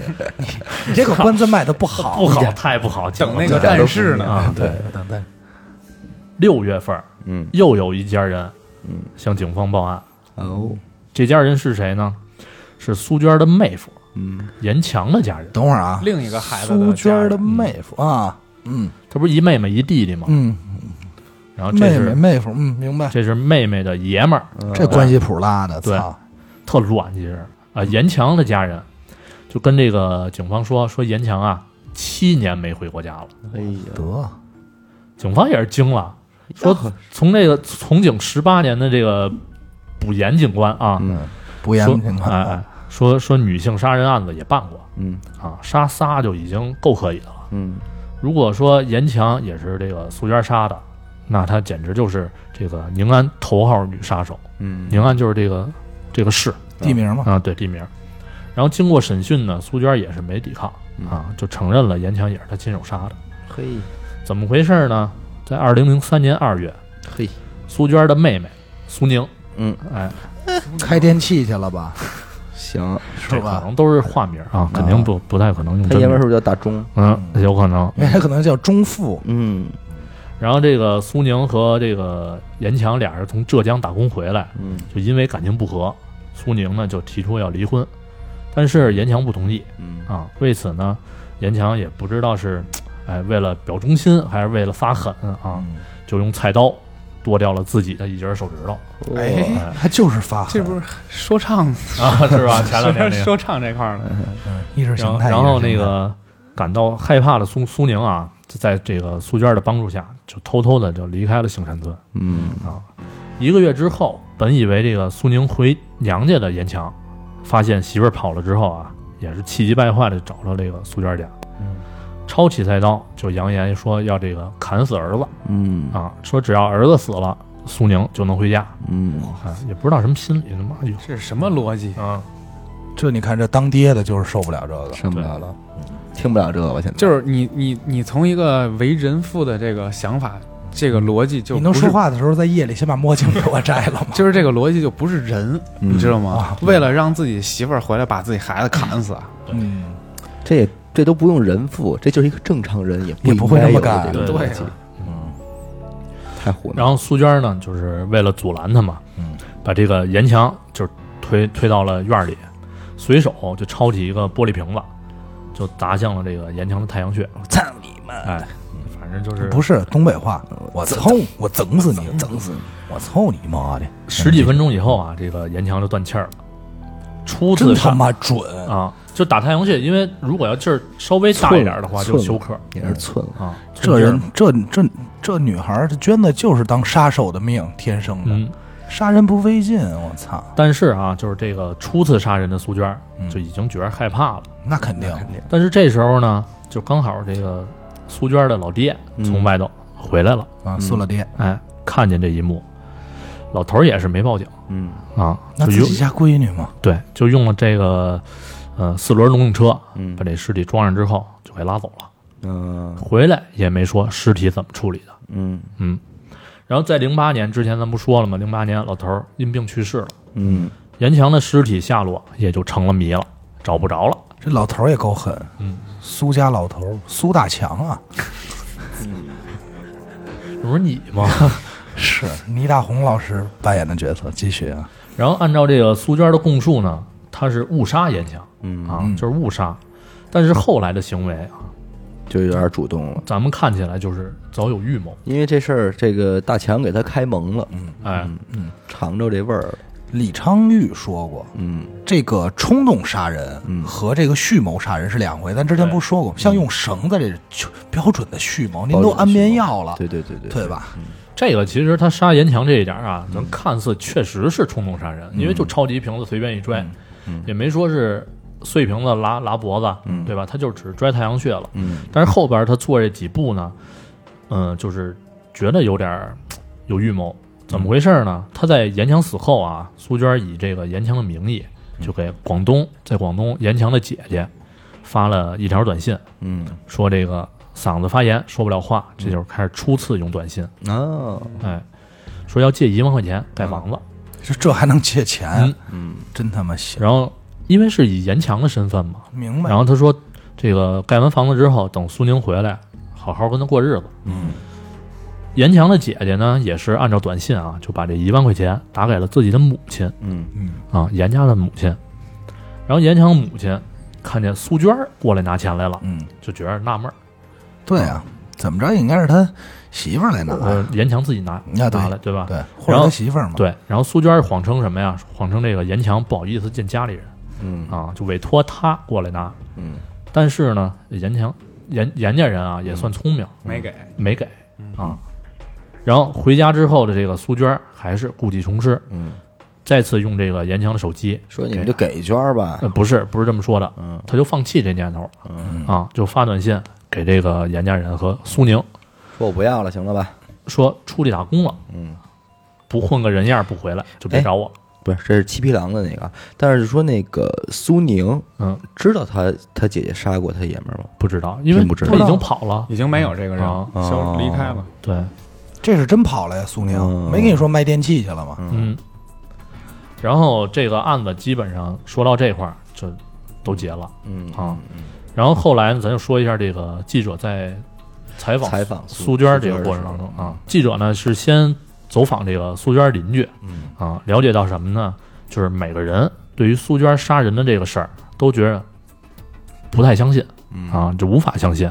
S1: 你这个关子卖的不好，
S2: 不好，太不好听了。
S4: 等那个但是呢，
S2: 啊，
S1: 对，等待，
S2: 六月份儿
S3: 嗯
S2: 又有一家人，
S3: 嗯，
S2: 向警方报案。
S3: 哦，
S2: 这家人是谁呢？是苏娟的妹夫
S3: 嗯
S2: 严强的家人。
S1: 等会儿啊，
S4: 另一个孩子
S1: 苏娟儿
S4: 的
S1: 的妹夫啊，嗯
S2: 他不是一妹妹一弟弟吗？
S1: 嗯，
S2: 然啊后这
S1: 妹
S2: 是
S1: 妹妹夫，嗯，明白，
S2: 这是妹妹的爷们儿，
S1: 这关系谱拉的，
S2: 对
S1: 操，
S2: 特乱，其实啊，严强的家人就跟这个警方说说严强啊，七年没回过家了。
S3: 家，哎呀，
S1: 得，
S2: 警方也是惊了，说从这个从警十八年的这个补严警官啊，
S3: 嗯
S1: 不严啊
S2: 说
S1: 情况，
S2: 哎哎，说说女性杀人案子也办过
S3: 嗯
S2: 啊，杀仨就已经够可以的了。
S3: 嗯
S2: 如果说严强也是这个苏娟杀的，那他简直就是这个宁安头号女杀手。
S3: 嗯
S2: 宁安就是这个这个市
S1: 地名嘛，
S2: 啊，对地名。然后经过审讯呢，苏娟也是没抵抗啊，就承认了严强也是她亲手杀的。
S3: 嘿
S2: 怎么回事呢？在二零零三年二月，
S3: 嘿，
S2: 苏娟的妹妹苏宁，
S3: 嗯，
S2: 哎，
S1: 开天气去了吧，
S3: 行，
S1: 是
S2: 这可
S1: 吧？
S2: 能都是化名啊，肯定不不太可能用
S3: 他
S2: 真
S3: 爷们儿
S2: 名
S3: 是。不是叫大钟？
S2: 嗯，有可能。
S1: 因为他哎可能叫中富，
S3: 嗯
S2: 然后这个苏宁和这个严强俩人从浙江打工回来，
S3: 嗯
S2: 就因为感情不和，苏宁呢就提出要离婚，但是严强不同意
S3: 嗯
S2: 啊。为此呢，严强也不知道是哎，为了表忠心还是为了发狠啊，就用菜刀剁掉了自己的一截手指头
S3: 哦
S4: 哎，
S1: 他就是发狠，
S4: 这不是说唱
S2: 啊，是吧？前两天那
S4: 说
S2: 个，
S4: 说唱这块儿
S1: 嗯
S4: 呢，
S1: 意识
S2: 然
S1: 形
S2: 后
S1: 态。
S2: 然后那
S1: 意识形态
S2: 个感到害怕的苏苏宁啊，就在这个苏娟的帮助下，就偷偷的就离开了杏山村。
S3: 嗯，
S2: 一个月之后，本以为这个苏宁回娘家的严强，发现媳妇儿跑了之后啊，也是气急败坏的找到这个苏娟家，抄起菜刀就扬言说要这个砍死儿子
S3: 嗯
S2: 啊，说只要儿子死了，苏宁就能回家。
S3: 嗯，
S2: 啊，也不知道什么心理，他妈有
S4: 这是什么逻辑？
S2: 啊，
S1: 这你看，这当爹的就是受不了这个，
S3: 受不了了，听不了这个吧？现在
S4: 就是你你你从一个为人父的这个想法，这
S2: 嗯
S4: 个逻辑就
S1: 你能
S4: 不是
S1: 说，话的时候，在夜里先把墨镜给我摘了吗？
S4: 就是这个逻辑就不是人，
S2: 嗯
S4: 你知道吗
S1: 啊？
S4: 为了让自己媳妇儿回来，把自己孩子砍死啊，
S1: 嗯，
S3: 这也这都不用人付，这就是一个正常人也不
S1: 也不会那么
S3: 应该有的
S1: 干
S3: 这个
S2: 对
S3: 逻辑
S4: 对啊
S3: 嗯，太胡闹
S2: 然
S3: 了，
S2: 后苏娟呢，就是为了阻拦他嘛，
S1: 嗯，
S2: 把这个严强就是推推到了院里，随手就抄起一个玻璃瓶子，就砸向了这个严强的太阳穴。
S3: 我操你妈！
S2: 哎，反正就是
S1: 不是东北话，我操，我整死你，整死你，我操你妈的！
S2: 十几分钟以后啊，这个严强就断气儿了。初
S1: 真
S2: 次
S1: 他
S2: 上
S1: 妈准，
S2: 啊，就打太阳穴，因为如果要劲儿稍微大一点的话，
S3: 寸
S2: 就
S3: 了
S2: 休克
S3: 也
S1: 嗯
S3: 是寸了，
S2: 啊。寸
S1: 这
S2: 劲儿
S1: 人，这这这女孩儿，这捐的就是当杀手的命，天生的，
S2: 嗯，
S1: 杀人不费劲，我操，
S2: 但是啊，就是这个初次杀人的苏娟儿
S1: 嗯
S2: 就已经觉得害怕了。
S1: 那肯定，
S2: 但是这时候呢，就刚好这个苏娟的老爹从外头回来了，
S1: 啊，塑料爹，
S2: 哎，看见这一幕，老头儿也是没报警
S3: 嗯
S2: 啊，
S1: 那
S2: 就
S1: 自
S2: 用
S1: 己家闺女嘛，
S2: 对，就用了这个呃四轮农用车
S3: 嗯
S2: 把这尸体装上之后就给拉走了，
S3: 嗯
S2: 回来也没说尸体怎么处理的，
S3: 嗯
S2: 嗯。然后在零八年之前，咱不说了吗？零八年老头儿因病去世了，
S3: 嗯，
S2: 严强的尸体下落也就成了谜了，找不着了。
S1: 这老头儿也够狠，
S2: 嗯，
S1: 苏家老头儿苏大强啊，
S2: 这不是你吗？
S1: 是倪大红老师扮演的角色，继续啊，
S2: 然后按照这个苏娟的供述呢，她是误杀严强，
S3: 嗯
S2: 啊，就是误杀。但是后来的行为啊，
S3: 就有点主动了。
S2: 咱们看起来就是早有预谋，
S3: 因为这事儿，这个大强给他开蒙了，
S2: 哎，
S3: 嗯尝着这味儿了，
S1: 李昌钰说过，
S3: 嗯
S1: 这个冲动杀人和这个蓄谋杀人是两回，咱之前不是说过吗？像用绳子这就标准的蓄谋，您都安眠药了，
S3: 对对对对，
S1: 对吧？
S2: 这个其实他杀严强这一点啊，咱看似确实是冲动杀人，因为就抄起一瓶子随便一拽，也没说是碎瓶子拉拉脖子，对吧？他就只是拽太阳穴了。
S3: 嗯
S2: 但是后边他做这几步呢，嗯，就是觉得有点儿嘖有预谋，怎么回事呢？他在严强死后啊，苏娟以这个严强的名义，就给广东在广东严强的姐姐发了一条短信，
S3: 嗯
S2: 说这个嗓子发炎说不了话，这就是开始初次用短信，
S3: 哦，
S2: 哎，说要借一万块钱盖房子，
S1: 这这还能借钱
S2: 嗯？
S3: 嗯
S1: 真他妈行！
S2: 然后因为是以严强的身份嘛，
S1: 明白
S2: 然？后他说这个盖完房子之后，等苏宁回来，好好跟他过日子。嗯，严强的姐姐呢，也是按照短信啊，就把这一万块钱打给了自己的母亲
S3: 嗯
S1: 嗯，
S2: 啊，严家的母亲。然后严强母亲看见苏娟儿过来拿钱来了，
S1: 嗯，
S2: 就觉得纳闷儿，
S1: 对啊，怎么着也应该是他媳妇儿来拿，
S2: 呃，严强自己拿
S1: 啊哎对
S2: 拿来对吧？
S1: 对，或者
S2: 然后
S1: 他媳妇儿嘛，
S2: 对，然后苏娟儿谎称什么呀？谎称这个严强不好意思见家里人，
S3: 嗯
S2: 啊，就委托他过来拿。
S3: 嗯，
S2: 但是呢，严强严严家人啊也算聪明，
S4: 没给，嗯
S2: 没给啊。然后回家之后的这个苏娟儿还是故技重施，
S3: 嗯，
S2: 再次用这个严强的手机，
S3: 说你们就给一圈儿吧
S1: 嗯
S2: 呃，，不是不是这么说的，
S3: 嗯
S2: 他就放弃这念头了，啊，就发短信给这个严家人和苏宁
S3: 说我不要了，行了吧？
S2: 说出去打工了，嗯，不混个人样儿不回来就别
S3: 哎
S2: 找我，
S3: 不是，这是七匹狼的那个，啊但是说那个苏宁
S2: 嗯，
S3: 知道他他姐姐杀过他爷们儿吗？
S2: 不知道，因为
S3: 真不知
S2: 他已
S3: 道
S2: 经跑了，
S4: 已经没有这个人，
S2: 啊
S4: 消离开了。
S2: 对，
S1: 这是真跑了呀，苏宁
S3: 嗯
S1: 没跟你说卖电器去了吗？
S2: 嗯。然后这个案子基本上说到这块儿就都结了，
S3: 嗯
S2: 啊，然后后来呢，咱就说一下这个记者在采访
S3: 采访苏
S2: 苏娟这个过程当中啊，记者呢是先走访这个苏娟邻居，
S3: 嗯
S2: 啊，了解到什么呢？就是每个人对于苏娟杀
S3: 嗯
S2: 人的这个事儿都觉得不太相信，啊，就无法相信。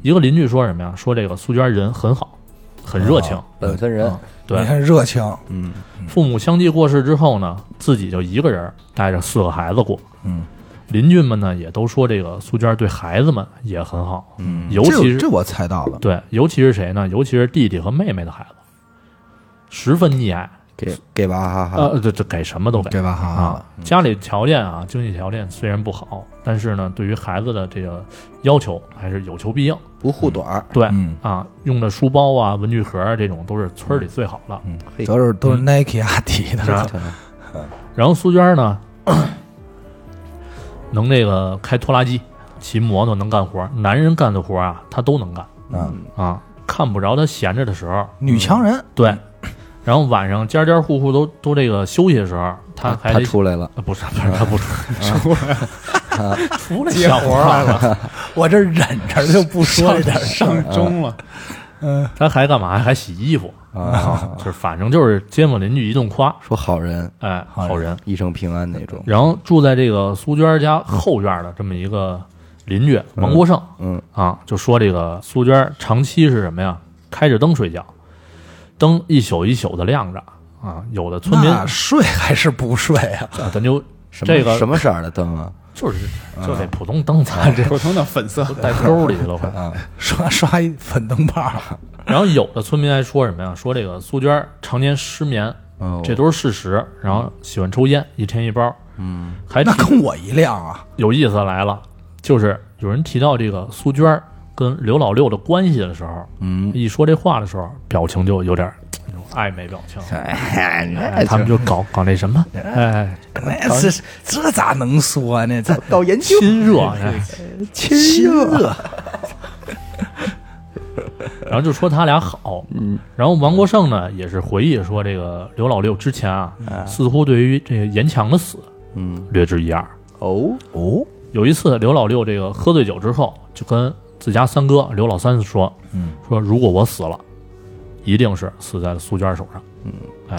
S2: 一个邻居说什么呀？说这个苏娟人很好，很热情。
S3: 本分人，
S2: 对
S1: 你，看热情，
S3: 嗯，
S2: 父母相继过世之后呢，自己就一个人带着四个孩子过。
S1: 嗯，
S2: 邻居们呢也都说这个苏娟对孩子们也很好，嗯，尤其
S1: 这这
S2: 是
S1: 我猜到了，
S2: 对，尤其是谁呢？尤其是弟弟和妹妹的孩子，十分溺爱。
S3: 给给娃哈哈，
S2: 呃，这这给什么都给，
S1: 对吧？哈
S2: 啊
S1: 哈，，
S2: 家里条件啊，经济条件虽然不好，但是呢，对于孩子的这个要求还是有求必应。
S3: 不护短儿，
S2: 对、
S1: 嗯
S2: 啊，用的书包啊、文具盒啊这种都是村儿里最好的。
S1: 嗯
S3: 嘿，
S1: 都是都是 Nike 啊阿迪的，
S2: 是啊吧然后苏娟呢， 能那个开拖拉机、骑摩托，能干活，男人干的活啊，她都能干
S1: 嗯，
S2: 啊。嗯看不着她闲着的时候，
S1: 女强人，
S2: 对。然后晚上家家户户都都这个休息的时候，她还
S3: 他
S2: 得
S3: 出来了，
S2: 啊，不是不是，他不出来，出来出来小啊活来了，
S1: 我这忍着就不说这点事儿。
S4: 上 钟了，
S2: 他还干嘛？还洗衣服啊？就是反正就是街坊邻居一顿夸，
S3: 说好人
S2: 哎，好人。
S3: 一生平安那种，
S2: 然后住在这个苏娟家后院的这么一个邻居王国胜，
S3: 嗯
S2: 啊，就说这个苏娟长期是什么呀？开着灯睡觉，灯一宿一宿的亮着啊。有的村民，
S1: 那睡还是不睡啊？
S2: 啊咱就
S3: 什
S2: 这
S3: 么
S2: 个
S3: 什么色儿的 灯啊？
S2: 就是就得普通灯，咱这
S4: 普通的粉色，
S2: 带兜里去了，快。
S3: 啊
S1: 刷刷一粉灯泡，
S2: 然后有的村民还说什么呀？说这个苏娟儿常年失眠，
S3: 哦
S2: 这都是事实。然后喜欢抽烟，一天一包。嗯，还提
S1: 那跟我一辆啊！
S2: 有意思的来了，就是有人提到这个苏娟儿跟刘老六的关系的时候，嗯，一说这话的时候，表情就有点儿那种暧昧表情。 哎，他们就搞搞那什么，哎，
S1: 那这这咋能说呢？这
S3: 搞研究，
S2: 亲热，哎，
S1: 亲 热，
S2: 然后就说他俩好，嗯，然后王国胜呢也是回忆说，这个刘老六之前啊，似乎对于这个严强的死，嗯，略知一二。
S3: 哦，
S1: 哦，
S2: 有一次，刘老六这个喝醉酒之后，就跟自家三哥刘老三说，嗯，说如果我死了，一定是死在了苏娟手上。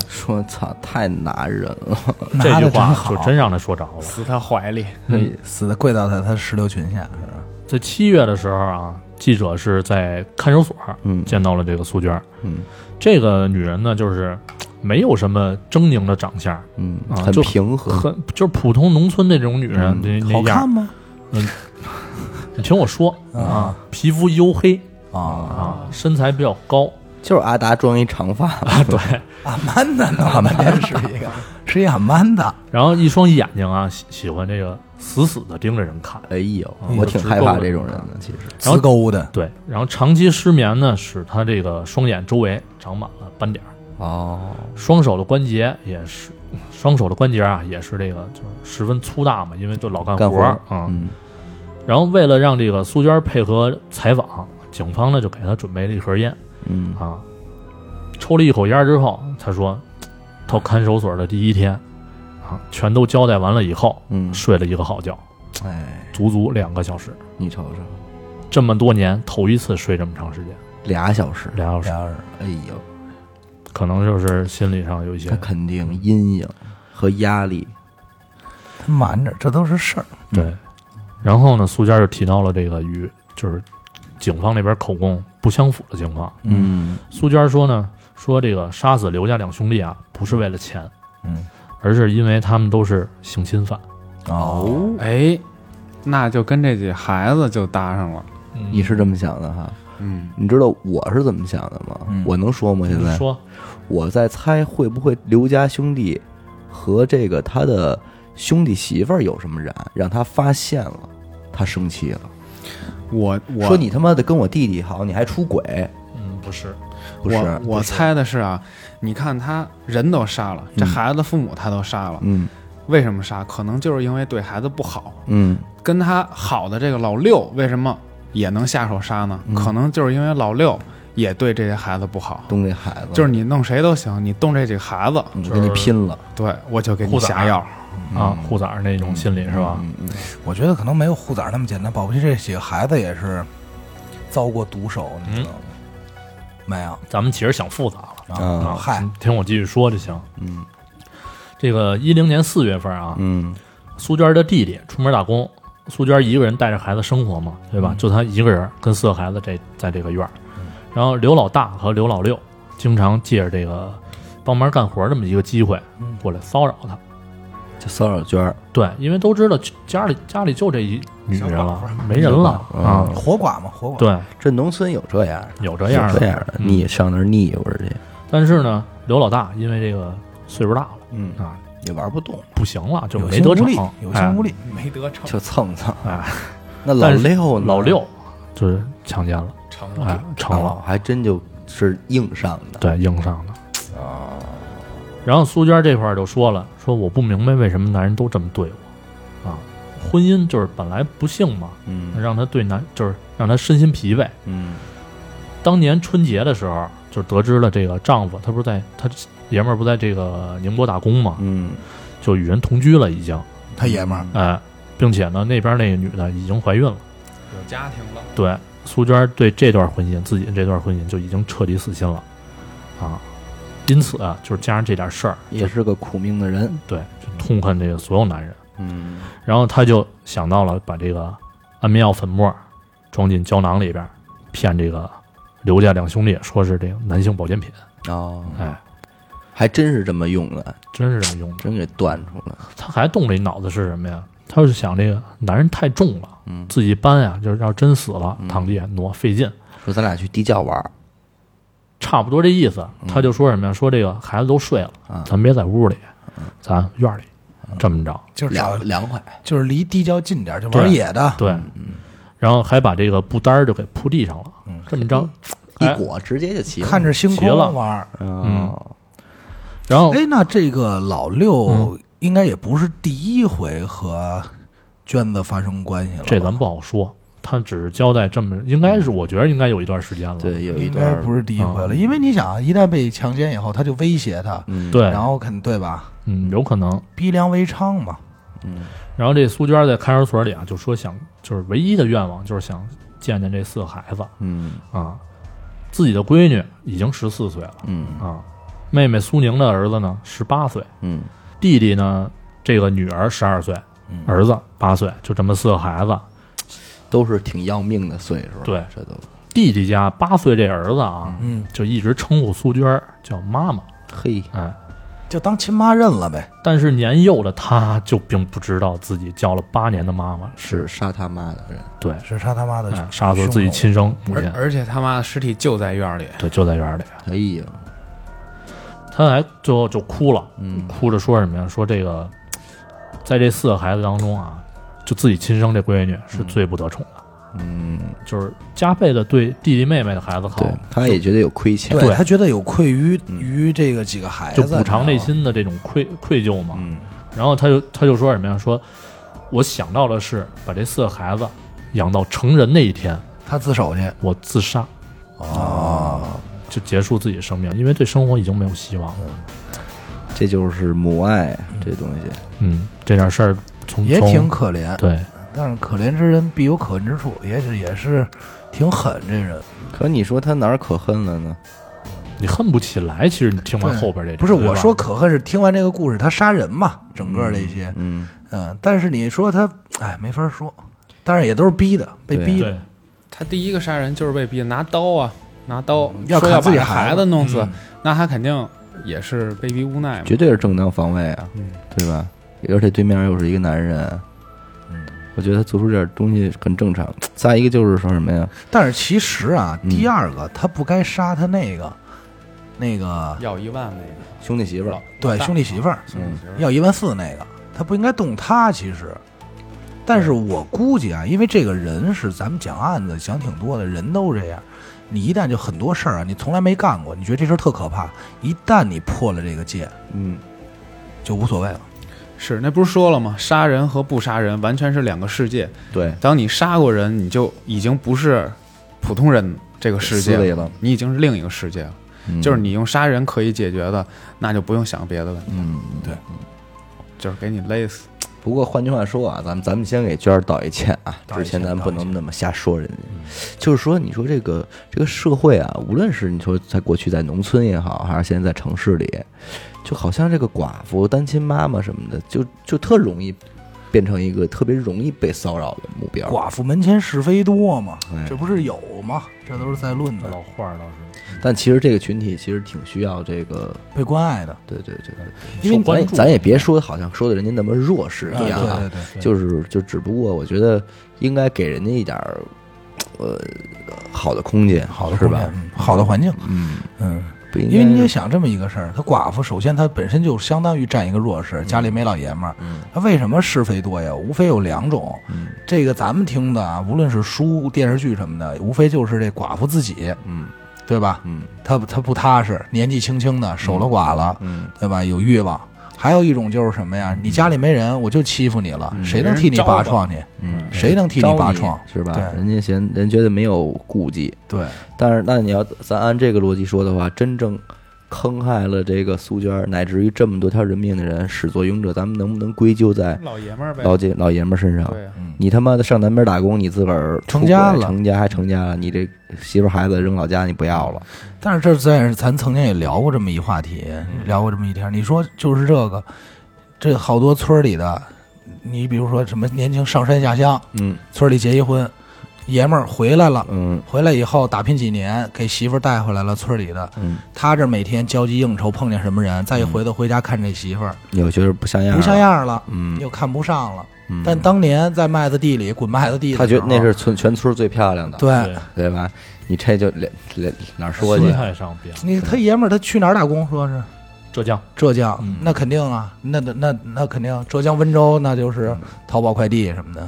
S3: 说操，太拿人了，
S2: 这
S1: 拿
S2: 句
S1: 的真
S2: 话就
S1: 好，
S2: 真让他说着了。
S4: 死他怀里，
S1: 嗯死的跪到他他石榴裙下，是吧？
S2: 在七月的时候啊，记者是在看守所，
S3: 嗯
S2: 见到了这个苏娟，
S3: 嗯，
S2: 这个女人呢，就是没有什么狰狞的长相，
S3: 嗯，
S2: 啊
S3: 很
S2: 就
S3: 平和，
S2: 很就是普通农村那种女人，那
S1: 嗯好
S2: 那样
S1: 看
S2: 儿。嗯
S1: 吗？
S2: 你听我说啊，皮肤黝黑
S1: 啊，
S2: 啊，身材比较高，
S3: 就是阿达装一长发，
S2: 啊
S1: 阿曼达呢？阿曼达是一个，是一阿曼达。
S2: 然后一双眼睛啊，喜喜欢这个死死的盯着人看。
S3: 哎呦
S2: 嗯，
S3: 我挺害怕这种人的，其实
S2: 然后
S1: 自购的，
S2: 对，然后长期失眠呢，使他这个双眼周围长满了斑点儿，
S3: 哦，
S2: 双手的关节也是，双手的关节啊也是这个就是十分粗大嘛，因为就老干
S3: 干
S2: 活
S3: 活
S2: 儿
S3: 儿
S2: 啊、
S3: 嗯，
S2: 然后为了让这个苏娟配合采访，警方呢就给他准备了一盒烟
S3: 嗯，
S2: 啊，抽了一口烟之后，他说，到看守所的第一天啊，全都交代完了以后，
S3: 嗯
S2: 睡了一个好觉，
S3: 哎，
S2: 足足两个小时。
S3: 你瞅瞅，
S2: 这么多年头一次睡这么长时间，
S3: 俩小时，
S2: 俩小时，
S1: 然而
S3: 哎呦，
S2: 可能就是心理上有一些
S3: 他肯定阴影和压力，
S1: 他瞒着，这都是事儿。
S2: 对。然后呢，苏娟就提到了这个与就是警方那边口供不相符的情况。
S3: 嗯，
S2: 苏娟说呢，说这个杀死刘家两兄弟啊，不是为了钱，
S1: 嗯，
S2: 而是因为他们都是性侵犯。
S1: 哦，
S4: 哎，那就跟这几孩子就搭上了，
S2: 嗯
S3: 你是这么想的哈？
S4: 嗯，
S3: 你知道我是怎么想的吗？
S1: 嗯
S3: 我能说吗？现在
S2: 说
S3: 我在猜会不会刘家兄弟和这个他的兄弟媳妇儿有什么染，让他发现了，他生气了，
S4: 我我
S3: 说你他妈的跟我弟弟好，你还出轨，
S2: 嗯，不是，
S3: 不是？
S4: 我我猜的是啊，你看他人都杀了，这孩子的父母他都杀了，
S3: 嗯
S4: 为什么杀？可能就是因为对孩子不好，
S3: 嗯，
S4: 跟他好的这个老六为什么也能下手杀呢？可能就是因为老六也对这些孩子不好，
S3: 动这孩子
S4: 就是你弄谁都行，你动这几个孩子，
S3: 嗯我跟你拼了，
S4: 对我就给你
S2: 裤衩
S4: 下药。
S2: 啊，护崽儿那种心理是吧？
S1: 我觉得可能没有护崽儿那么简单，保不齐这几个孩子也是遭过毒手，
S2: 嗯
S1: 你知道吗？没有
S2: 咱们其实想复杂了。
S1: 啊，嗨，
S2: 听我继续说就行。嗯，这个一零年四月份啊，
S3: 嗯
S2: 苏娟的弟弟出门打工，苏娟一个人带着孩子生活嘛，对吧？
S1: 嗯
S2: 就她一个人跟四个孩子这在这个院儿，然后刘老大和刘老六经常借着这个帮忙干活这么一个机会
S1: 嗯
S2: 过来骚扰她。
S3: 就骚扰娟儿，
S2: 对，因为都知道家里家里就这一女人了，没人了啊。
S3: 嗯
S1: 活寡嘛，活寡。
S2: 对，
S3: 这农村有这样的，
S2: 有这样
S3: 有
S2: 的
S3: 这样的，
S2: 嗯
S3: 你上那儿腻一会儿去，
S2: 但是呢，刘老大因为这个岁数大了
S3: 嗯，
S2: 啊，
S3: 也玩不动，
S2: 不行了，就
S1: 有
S2: 没
S1: 心
S2: 得
S1: 无
S2: 逞
S1: 力，，有
S2: 哎
S1: 心无力。
S4: 没得逞，
S3: 就蹭蹭。
S2: 哎，
S3: 啊那老
S2: 但是
S3: 六呢
S2: 哎老六就是强奸了，
S4: 成
S2: 哎，
S3: 啊，
S2: 成了
S3: 老，还真就是硬上的，
S2: 对，硬上的。
S3: 啊
S2: 然后苏娟这块儿就说了，说我不明白为什么男人都这么对我，啊，婚姻就是本来不幸嘛，
S3: 嗯
S2: 让他对男就是让他身心疲惫。
S3: 嗯
S2: 当年春节的时候，就得知了这个丈夫，他不是在他爷们儿不在这个宁波打工嘛，
S3: 嗯，
S2: 就与人同居了已经，
S1: 他爷们儿
S2: 哎，并且呢那边那个女的已经怀孕了。
S4: 有家庭了，
S2: 对，苏娟对这段婚姻，自己的这段婚姻就已经彻底死心了，啊，因此啊，就是加上这点事儿，
S3: 也是个苦命的人，
S2: 对，就痛恨这个所有男人。
S3: 嗯
S2: 然后她就想到了把这个安眠药粉末装进胶囊里边，骗这个刘家两兄弟说是这个男性保健品，
S3: 哦，
S2: 哎，
S3: 还真是这么用的，
S2: 真是这么用的。
S3: 真给断出来了，
S2: 她还动了一脑子是什么呀？她是想这个男人太重了，
S3: 嗯，
S2: 自己搬呀，就是要真死了躺地下挪费劲，
S3: 说咱俩去地窖玩儿，
S2: 差不多这意思。
S3: 嗯
S2: 他就说什么呀？说这个孩子都睡了，
S3: 啊
S2: 咱别在屋里，
S3: 嗯
S2: 咱院里，这么着。
S1: 就是找
S3: 凉，凉快，
S1: 就是离地窖近点儿，就
S2: 对
S1: 玩野的。
S2: 对，
S3: 嗯
S2: 然后还把这个布单儿就给铺地上了，这么着。哎
S3: 一裹直接就齐了，
S1: 看着星空
S2: 急了哦
S1: 玩儿。
S3: 哦，
S2: 然后
S1: 哎，那这个老
S2: 嗯
S1: 六应该也不是第一回和娟子发生关系了吧，
S2: 这咱不好说，他只是交代这么，应该
S1: 嗯
S2: 是我觉得应该有一段时间了。
S3: 对，有一
S1: 应该
S3: 段
S1: 不是第一回了，因为你想，啊，一旦被强奸以后，他就威胁他，
S3: 嗯
S2: 对
S1: 然后肯对吧？
S2: 嗯，有可能。
S1: 逼良为娼嘛，
S2: 然后这苏娟在看守所里啊，就说想，就是唯一的愿望就是想见见这四个孩子
S3: 嗯
S2: 啊，自己的闺女已经十四岁了
S3: 嗯
S2: 啊，妹妹苏宁的儿子呢十八岁，
S3: 嗯
S2: 弟弟呢，这个女儿十二岁，
S1: 嗯
S2: 儿子八岁，就这么四个孩子。
S3: 都是挺要命的岁数，
S2: 对
S3: 这都
S2: 弟弟家八岁这儿子啊，
S1: 嗯，
S2: 就一直称呼苏娟儿叫妈妈，
S3: 嘿，
S2: 哎，
S1: 就当亲妈认了呗。
S2: 但是年幼的他就并不知道自己叫了八年的妈妈，
S3: 是杀他妈的人，
S2: 对，
S1: 是他他妈的
S2: 哎，杀死自己亲生母
S4: 而
S2: 亲，
S4: 而且他妈的尸体就在院里，
S2: 对，就在院里，
S3: 哎呀，
S2: 他还最后就哭了，
S3: 嗯
S2: 哭着说什么呀？说这个，在这四个孩子当中啊，就自己亲生这闺女是最不得宠的，
S3: 嗯，
S2: 就是加倍的对弟弟妹妹的孩子好
S3: 对，，他也觉得有亏欠，
S1: 对他觉得有愧于于这个几个孩子，
S2: 嗯就补偿
S1: 你
S2: 内
S1: 知道吗。
S2: 心的这种愧愧疚嘛。
S3: 嗯
S2: 然后他就他就说什么呀？说我想到的是把这四个孩子养到成人那一天，
S1: 他自首去，
S2: 我自杀。哦，就结束自己生命，因为对生活已经没有希望了。
S1: 嗯
S3: 这就是母爱这东西，
S2: 嗯，这件事儿从
S1: 也
S2: 从
S1: 挺可怜。
S2: 对，
S1: 但是可怜之人必有可恨之处，也是也是挺狠这人。
S3: 可你说他哪儿可恨了呢？
S2: 你恨不起来。其实你听完
S1: 对
S2: 后边这
S1: 不是
S2: 对吧
S1: 我说可恨是听完这个故事他杀人嘛，整个这些，
S3: 嗯，
S1: 嗯，但是你说他，哎，没法说，但是也都是逼的，被
S3: 对
S1: 逼的。
S2: 对，
S4: 他第一个杀人就是被逼拿刀啊，拿刀
S1: 要
S4: 说
S1: 砍
S4: 把
S1: 自己
S4: 这
S1: 孩
S4: 孩
S1: 子
S4: 子弄死，
S2: 嗯
S4: 那他肯定也是被逼无奈嘛
S3: 绝。对是正当防卫啊，
S4: 嗯
S3: 对吧？而且对面又是一个男人，
S4: 嗯
S3: 我觉得他做出这点东西很正常。再一个就是说什么呀？
S1: 但是其实啊，
S3: 嗯
S1: 第二个他不该杀他那个，那个
S4: 要一万那个
S3: 兄弟媳妇儿
S4: 老，
S1: 对兄弟媳妇儿嗯
S4: 兄弟媳妇儿
S1: 要一万四那个，他不应该动他其实。但是我估计啊，因为这个人是咱们讲案子讲挺多的，人都这样。你一旦就很多事儿啊，你从来没干过，你觉得这事儿特可怕。一旦你破了这个戒，
S3: 嗯，
S1: 就无所谓了。
S4: 是那不是说了吗？杀人和不杀人完全是两个世界。
S3: 对，
S4: 当你杀过人，你就已经不是普通人这个世界
S3: 思维了
S4: 你已经是另一个世界了。
S3: 嗯
S4: 就是你用杀人可以解决的，那就不用想别的问题，
S3: 嗯。
S4: 就是给你勒死。
S3: 不过换句话说啊，咱们咱们先给娟儿道一歉啊，
S1: 道一
S3: 之
S1: 歉
S3: 前咱们不能那么瞎说人家。就是说，你说这个这个社会啊，无论是你说在过去在农村也好，还是现在在城市里，就好像这个寡妇、单亲妈妈什么的，就就特容易变成一个特别容易被骚扰的目标。
S1: 寡妇门前是非多嘛
S3: 哎，
S1: 这不是有吗？这都是在论
S3: 嗯
S1: 的，
S2: 老话儿倒是
S3: 但其实这个群体其实挺需要这个，
S1: 被关爱的，
S3: 对对对，
S1: 因为
S2: 受关
S3: 对
S2: 注
S3: 咱咱也别说好像说的人家那么弱势一
S1: 对
S3: 样啊，
S1: 对对，
S2: 对
S3: 就是就只不过我觉得应该给人家一点儿，呃，好的空间，
S1: 好的
S3: 是
S1: 空
S3: 吧
S1: 间？嗯好的环境，
S3: 嗯，
S1: 嗯，
S3: 不应该
S1: 因为你也想这么一个事儿，她寡妇首先她本身就相当于占一个弱
S3: 嗯
S1: 势，家里没老爷们儿，她为什么是非多呀？无非有两种，
S3: 嗯
S1: 这个咱们听的啊，无论是书、电视剧什么的，无非就是这寡妇自己，
S3: 嗯
S1: 对吧？
S3: 嗯
S1: 她她不踏实，年纪轻轻的守了寡了，
S3: 嗯，
S1: 对吧？有欲望。还有一种就是什么呀？你家里没人，我就欺负你了，谁能替你拔创去？
S3: 嗯，
S1: 谁能替
S3: 招
S1: 拔创？
S3: 是吧？
S1: 对
S3: 人家嫌人觉得没有顾忌，
S1: 对，
S3: 但是那你要咱按这个逻辑说的话，真正坑害了这个苏娟儿，乃至于这么多条人命的人，始作俑者，咱们能不能归咎在
S4: 老爷们儿呗，
S3: 老姐老爷们儿身上？
S4: 对啊，
S1: 嗯，
S3: 你他妈的上南边打工，你自个儿
S1: 成家
S3: 出轨
S1: 了
S3: 成家还成家了，你这媳妇儿孩子扔老家你不要了，
S1: 但是这在咱曾经也聊过这么一话题，
S3: 嗯
S1: 聊过这么一天。你说就是这个，这好多村儿里的，你比如说什么年轻上山下乡，
S3: 嗯
S1: 村儿里结一婚，爷们儿回来了，
S3: 嗯
S1: 回来以后打拼几年，给媳妇儿带回来了村儿里的，
S3: 嗯，
S1: 他这每天交际应酬，碰见什么人，再一回头回家看这媳妇儿
S3: 有觉得不像样，啊
S1: 不像，样了，
S3: 嗯，
S1: 又看不上了。
S3: 嗯
S1: 但当年在麦子地里滚麦子地的时
S3: 他
S1: 候，
S3: 觉得那是村全村最漂亮的，
S1: 对
S2: 对，
S3: 对吧？你这就连连哪儿说去
S4: 啊
S2: 心？态上变了。
S1: 你他爷们儿他去哪儿打工？说是
S2: 浙江
S1: 浙江，
S2: 嗯
S1: 那肯定啊，那那那那肯定，浙江温州那就是淘宝快递什么的。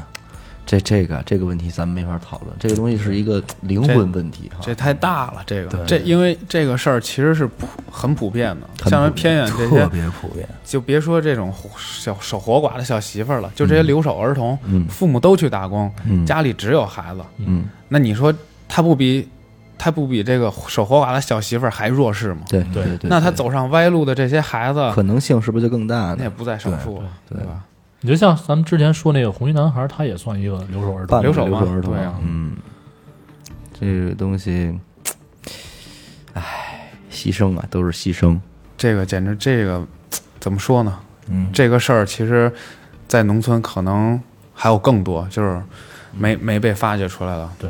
S3: 这这个这个问题咱们没法讨论，这个东西是一个灵魂问题哈。
S4: 这太大了，这
S1: 对
S4: 个这因为这个事儿其实是普很普遍的，
S3: 很
S4: 像
S3: 普遍
S4: 偏远这些
S1: 特别普遍，
S4: 就别说这种小守活寡的小媳妇儿了，就这些留守儿童，
S3: 嗯
S4: 父母都去打工，
S3: 嗯
S4: 家里只有孩子，
S3: 嗯，
S4: 那你说他不比他不比这个守活寡的小媳妇儿还弱势吗？
S3: 对
S2: 对
S3: 对对，
S4: 那他走上歪路的这些孩子，
S3: 可能性是不是就更大
S4: 那也
S3: 呢？
S4: 不在少数啊，
S3: 对
S4: 对
S3: 对
S4: 吧？
S2: 你就像咱们之前说那个红衣男孩，他也算一个留守儿
S3: 半
S2: 童
S3: 个。留
S4: 留守嘛
S3: 儿童
S4: 对啊，
S3: 嗯，这个东西，唉，牺牲啊，都是牺牲。
S4: 这个简直这个怎么说呢？
S1: 嗯，
S4: 这个事儿其实，在农村可能还有更多，就是没没被发掘出来了。
S2: 对，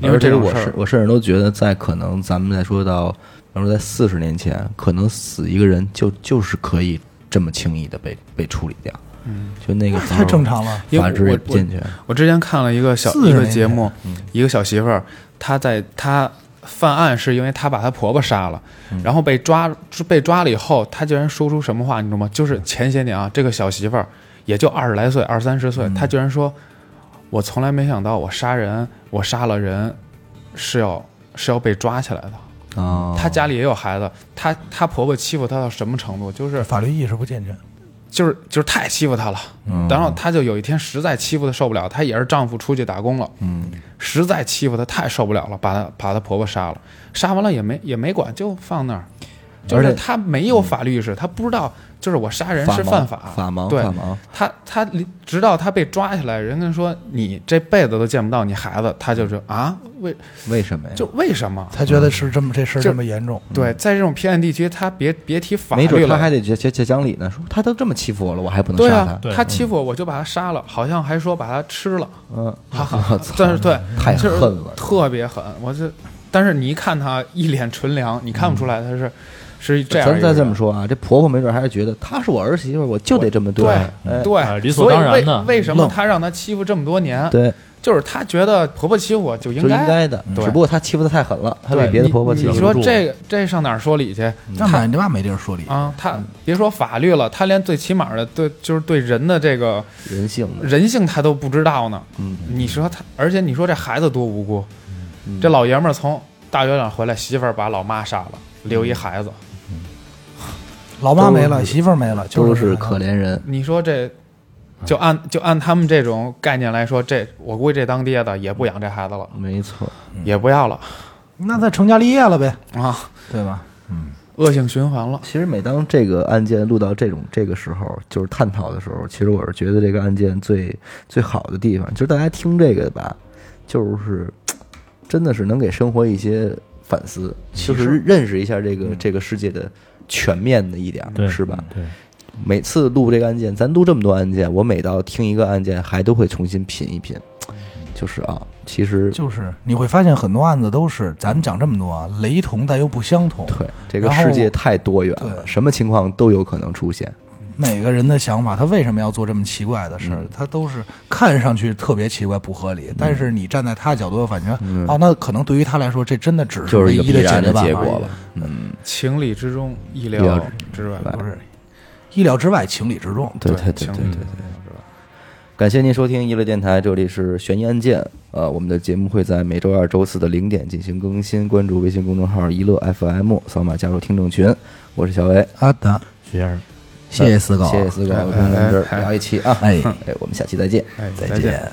S4: 因为这种
S3: 我
S4: 事
S3: 是
S4: 儿，
S3: 我甚至都觉得，在可能咱们再说到，比方说在四十年前，可能死一个人就就是可以这么轻易的被被处理掉，嗯，就那个时候
S1: 太正常了。
S4: 因
S3: 法
S4: 为
S3: 制也
S4: 我
S3: 不
S4: 我
S3: 健全，
S4: 我之前看了一个小
S1: 40
S4: 一个
S1: 年
S4: 节目，一个小媳妇儿，她在她犯案是因为她把她婆婆杀了，然后被抓被抓了以后，她居然说出什么话，你知道吗？就是前些年啊，这个小媳妇儿也就二十来岁、二三十岁，她居然说：“我从来没想到我杀人，我杀了人是要是要被抓起来的。”
S3: 啊，
S4: 她家里也有孩子，她她婆婆欺负她到什么程度？就是
S1: 法律意识不健全，
S4: 就是就是太欺负她了，
S3: 嗯
S4: 然后她就有一天实在欺负她受不了，她也是丈夫出去打工了，嗯，实在欺负她太受不了了，把她把她婆婆杀了，杀完了也没也没管，就放那儿，就
S3: 而
S4: 是
S3: 且
S4: 她没有法律意识，她不知道就是我杀人是犯
S3: 法
S4: 法，
S3: 法盲
S4: 对
S3: 法，盲，
S4: 她她离直到她被抓起来，人家说你这辈子都见不到你孩子，她就说啊为
S3: 为什么呀？
S4: 就为什么？
S3: 嗯
S1: 他觉得是这么这事儿
S4: 就
S1: 这么严重，
S4: 对，在这种偏远地区，她别别提法律
S3: 没
S4: 了，
S3: 准他还得结结结讲理呢，说他都这么欺负我了，我还不能
S4: 对
S3: 杀
S4: 啊
S3: 他，，
S2: 对嗯
S4: 他欺负我，我就把他杀了，好像还说把他吃了，
S3: 嗯，
S4: 哈哈
S3: 我操。
S4: 但是对，
S3: 太
S4: 就是
S3: 恨了
S4: 特别狠。我这，但是你一看他一脸纯良，你看不出来他是是这样
S3: 咱
S4: 一个人。
S3: 再这么说啊，这婆婆没准还是觉得她是我儿媳妇儿，我就得这么
S4: 对
S3: 她哎
S4: 对，
S2: 哎理所当然的
S4: 所以为为什么
S1: 愣
S4: 他让他欺负这么多年？
S3: 对，
S4: 就是他觉得婆婆欺负我就应
S3: 就应该的。
S4: 对
S3: 只不过她欺负的太狠了，她
S4: 对
S3: 被别的婆婆
S4: 你
S3: 欺
S4: 你
S3: 负。
S4: 说这个这上哪儿说理去？
S3: 嗯
S1: 那买你妈没地儿说理。
S4: 啊，他别说法律了，他连最起码的对就是对人的这个
S3: 人性的，
S4: 人性他都不知道呢。
S3: 嗯，
S4: 你说他，而且你说这孩子多无辜，这老爷们儿从大月亮回来，媳妇儿把老妈杀了，留一孩子。
S1: 老妈没了，媳妇儿没了，就
S3: 都
S1: 是啊
S3: 是可怜人。
S4: 你说这，就按就按他们这种概念来说，这我估计这当爹的也不养这孩子了，
S3: 没错，
S4: 也不要了
S1: 那他成家立业了呗，
S4: 啊，
S1: 对吧？
S4: 恶性循环了。
S3: 其实每当这个案件录到这种这个时候，就是探讨的时候，其实我是觉得这个案件最最好的地方，就是大家听这个吧，就是真的是能给生活一些反
S4: 嗯
S3: 思，就是认识一下这个这个世界的全面的一点儿，
S2: 对，
S3: 是吧？
S2: 对，
S3: 每次录这个案件，咱录这么多案件，我每到听一个案件，还都会重新品一品。就是啊，其实
S1: 就是你会发现很多案子都是咱们讲这么多啊，雷同但又不相同，
S3: 对这个
S1: 然后
S3: 世界太多元了，
S1: 对
S3: 什么情况都有可能出现。
S1: 每个人的想法，他为什么要做这么奇怪的事
S3: 嗯
S1: 儿？他都是看上去特别奇怪不合理，但是你站在他角度，反正哦，那可能对于他来说，这真的只
S3: 嗯就是
S1: 唯
S3: 一个
S1: 一
S3: 必
S1: 解
S3: 然
S1: 决
S3: 的
S1: 办
S3: 结
S1: 法而已
S3: 果了。
S4: 情理之中，意
S3: 意料
S4: 料之外。嗯
S1: 不是意料之外，情理之中。
S3: 对对对
S4: 情
S3: 对
S4: 理
S3: 对
S4: 之
S3: 对
S4: 中。
S3: 感谢您收听娱乐电台，这里是悬疑案件。呃，我们的节目会在每周二、周四的零点进行更新，关注微信公众号“一乐 FM”，扫码加入听众群。我是小维，
S1: 啊，的，
S2: 徐先生。
S1: 谢谢死狗，
S3: 谢谢四狗，
S4: 哎
S3: 跟咱们这
S4: 哎
S3: 儿聊一期啊，
S1: 哎
S3: 哎，我们下期再见。
S4: 哎，
S1: 再
S4: 再见。
S1: 见